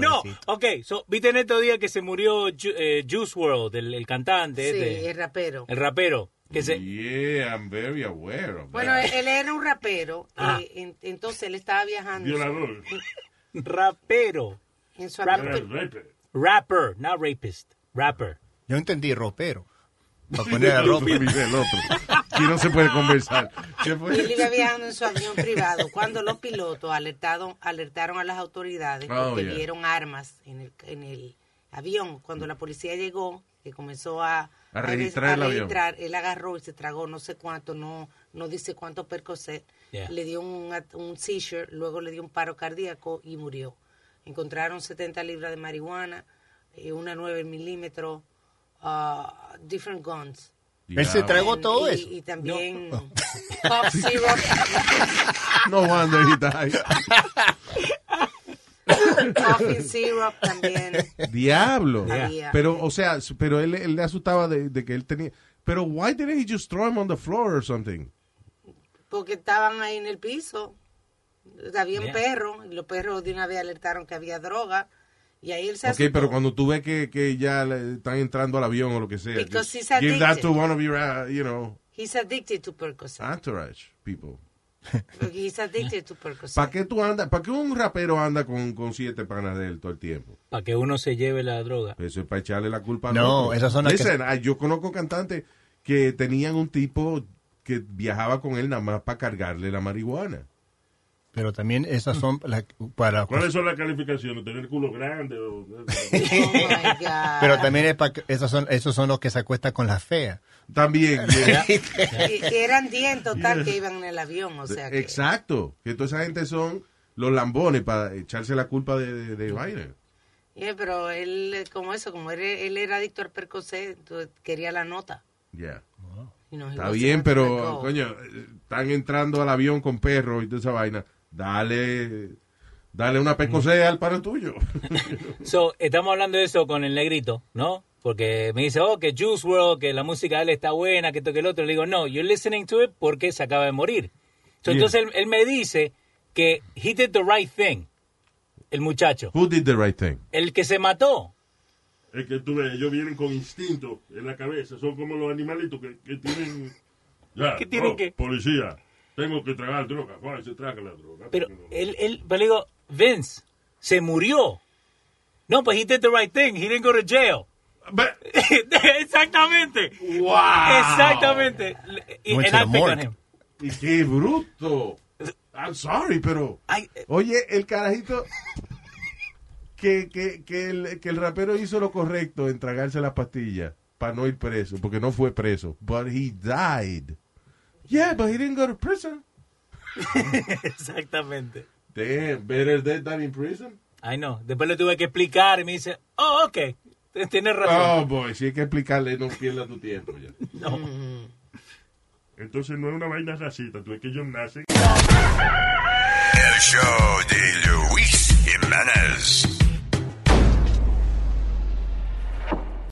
G: No, ok. So, Viste en estos días que se murió Ju- eh, Juice World, el, el cantante,
F: Sí,
G: este,
F: es rapero.
G: el rapero. Que se,
B: Yeah, I'm very aware of
F: Bueno,
B: that.
F: él, él era un rapero,
G: Ah.
F: eh, en- entonces él estaba viajando.
I: Violador.
G: rapero.
F: En su
G: Rapper. Rapper, not rapist. Rapper.
L: Yo entendí ropero. Para poner
B: <laughs>
L: a ropa.
B: el otro. Y no se puede conversar. ¿Qué fue?
F: Él iba viajando en su avión privado cuando los pilotos alertado- alertaron a las autoridades
B: Oh,
F: porque
B: yeah.
F: vieron armas en el, en el avión. Cuando la policía llegó, que comenzó a,
B: A registrar el avión.
F: registrar, él agarró y se tragó no sé cuánto, no no dice cuánto Percocet.
G: Yeah.
F: Le dio un, at- un seizure, luego le dio un paro cardíaco y murió. Encontraron 70 libras de marihuana, eh, una 9 milímetros, ah, different guns.
L: Él se tragó todo
F: Y-
L: eso.
F: Y
L: <laughs>
F: también Pop Syrup.
B: No wonder he died.
F: Coffee syrup también.
B: Diablo.
F: Había.
B: Pero, o sea, s- pero él, él le asustaba de, de que él tenía. Pero, why didn't he just throw him on the floor or something?
F: Porque estaban ahí en el piso. Había un
B: Yeah.
F: perro. Y los perros de una vez alertaron que había droga. Y ahí él se
B: Ok,
F: asustó.
B: pero cuando tú ves que, que ya le están entrando al avión o lo que sea.
F: Because
B: just
F: he's addicted.
B: Give that to one of your, uh, you know,
F: He's addicted to Percocet.
B: Ah. Entourage, people.
F: He's addicted to Percocet.
B: ¿Para qué tú andas? ¿Para qué un rapero anda con, con siete panas de él todo el tiempo?
G: Para que uno se lleve la droga.
B: Eso es para echarle la culpa al
L: No,
B: otro.
L: esas son las que-
B: Listen, ah, yo conozco cantantes que tenían un tipo que viajaba con él nada más para cargarle la marihuana.
L: Pero también esas son las- para...
I: ¿Cuáles son las calificaciones? ¿Tener culo grande? O...
F: Oh
L: Pero también es para... Esos son, esos son los que se acuestan con las feas.
B: <laughs>
L: <laughs>
B: También.
F: Y- y eran 10 en total que iban en el avión, o sea que...
B: Exacto. Que toda esa gente son los lambones para echarse la culpa de, de, de Biden.
F: Yeah, pero él, eh, como eso, como él, él era adicto al Percocet, entonces quería la nota.
B: Yeah.
F: You know, he
B: Está
F: was
B: bien,
F: not
B: pero
F: Perco.
B: coño, eh, están entrando al avión con perros y toda esa vaina. Dale, dale una pecosea al paro tuyo.
G: So, estamos hablando de eso con el negrito, ¿no? Porque me dice, oh, que Juice World, que la música de él está buena, que esto que el otro. Le digo, no, you're listening to it porque se acaba de morir. So,
B: Yeah.
G: Entonces él, él me dice que he did the right thing, el muchacho,
B: <laughs> Who did the right thing?
G: el que se mató.
I: Es que tú ves, ellos vienen con instinto en la cabeza. Son como los animalitos que, que tienen. Ya,
G: ¿Qué tienen
I: oh,
G: qué?
I: Policía, tengo que tragar droga. Ay, se traga la droga.
G: Pero él, él, pero le digo, Vince, se murió. No, pues he did the right thing, he didn't go to jail. <laughs> Exactamente.
B: Wow.
G: Exactamente. Y- and
B: Went to
G: I picked
B: the
G: on
B: morgue.
G: him.
B: Y qué bruto. I'm sorry, pero. Oye, el carajito. Que, que, que, el, que el rapero hizo lo correcto en tragarse las pastillas para no ir preso, porque no fue preso. But he died. Yeah, but he didn't go to prison.
G: Exactamente.
B: Damn, better dead than in prison.
G: I know. Después le tuve que explicar y me dice, oh, ok, t- tienes
B: Oh,
G: razón.
B: boy, si hay que explicarle, no pierdas tu tiempo ya. Mm-hmm.
I: Entonces no es una vaina racista, tú es que ellos nacen.
M: El show de Luis Jiménez.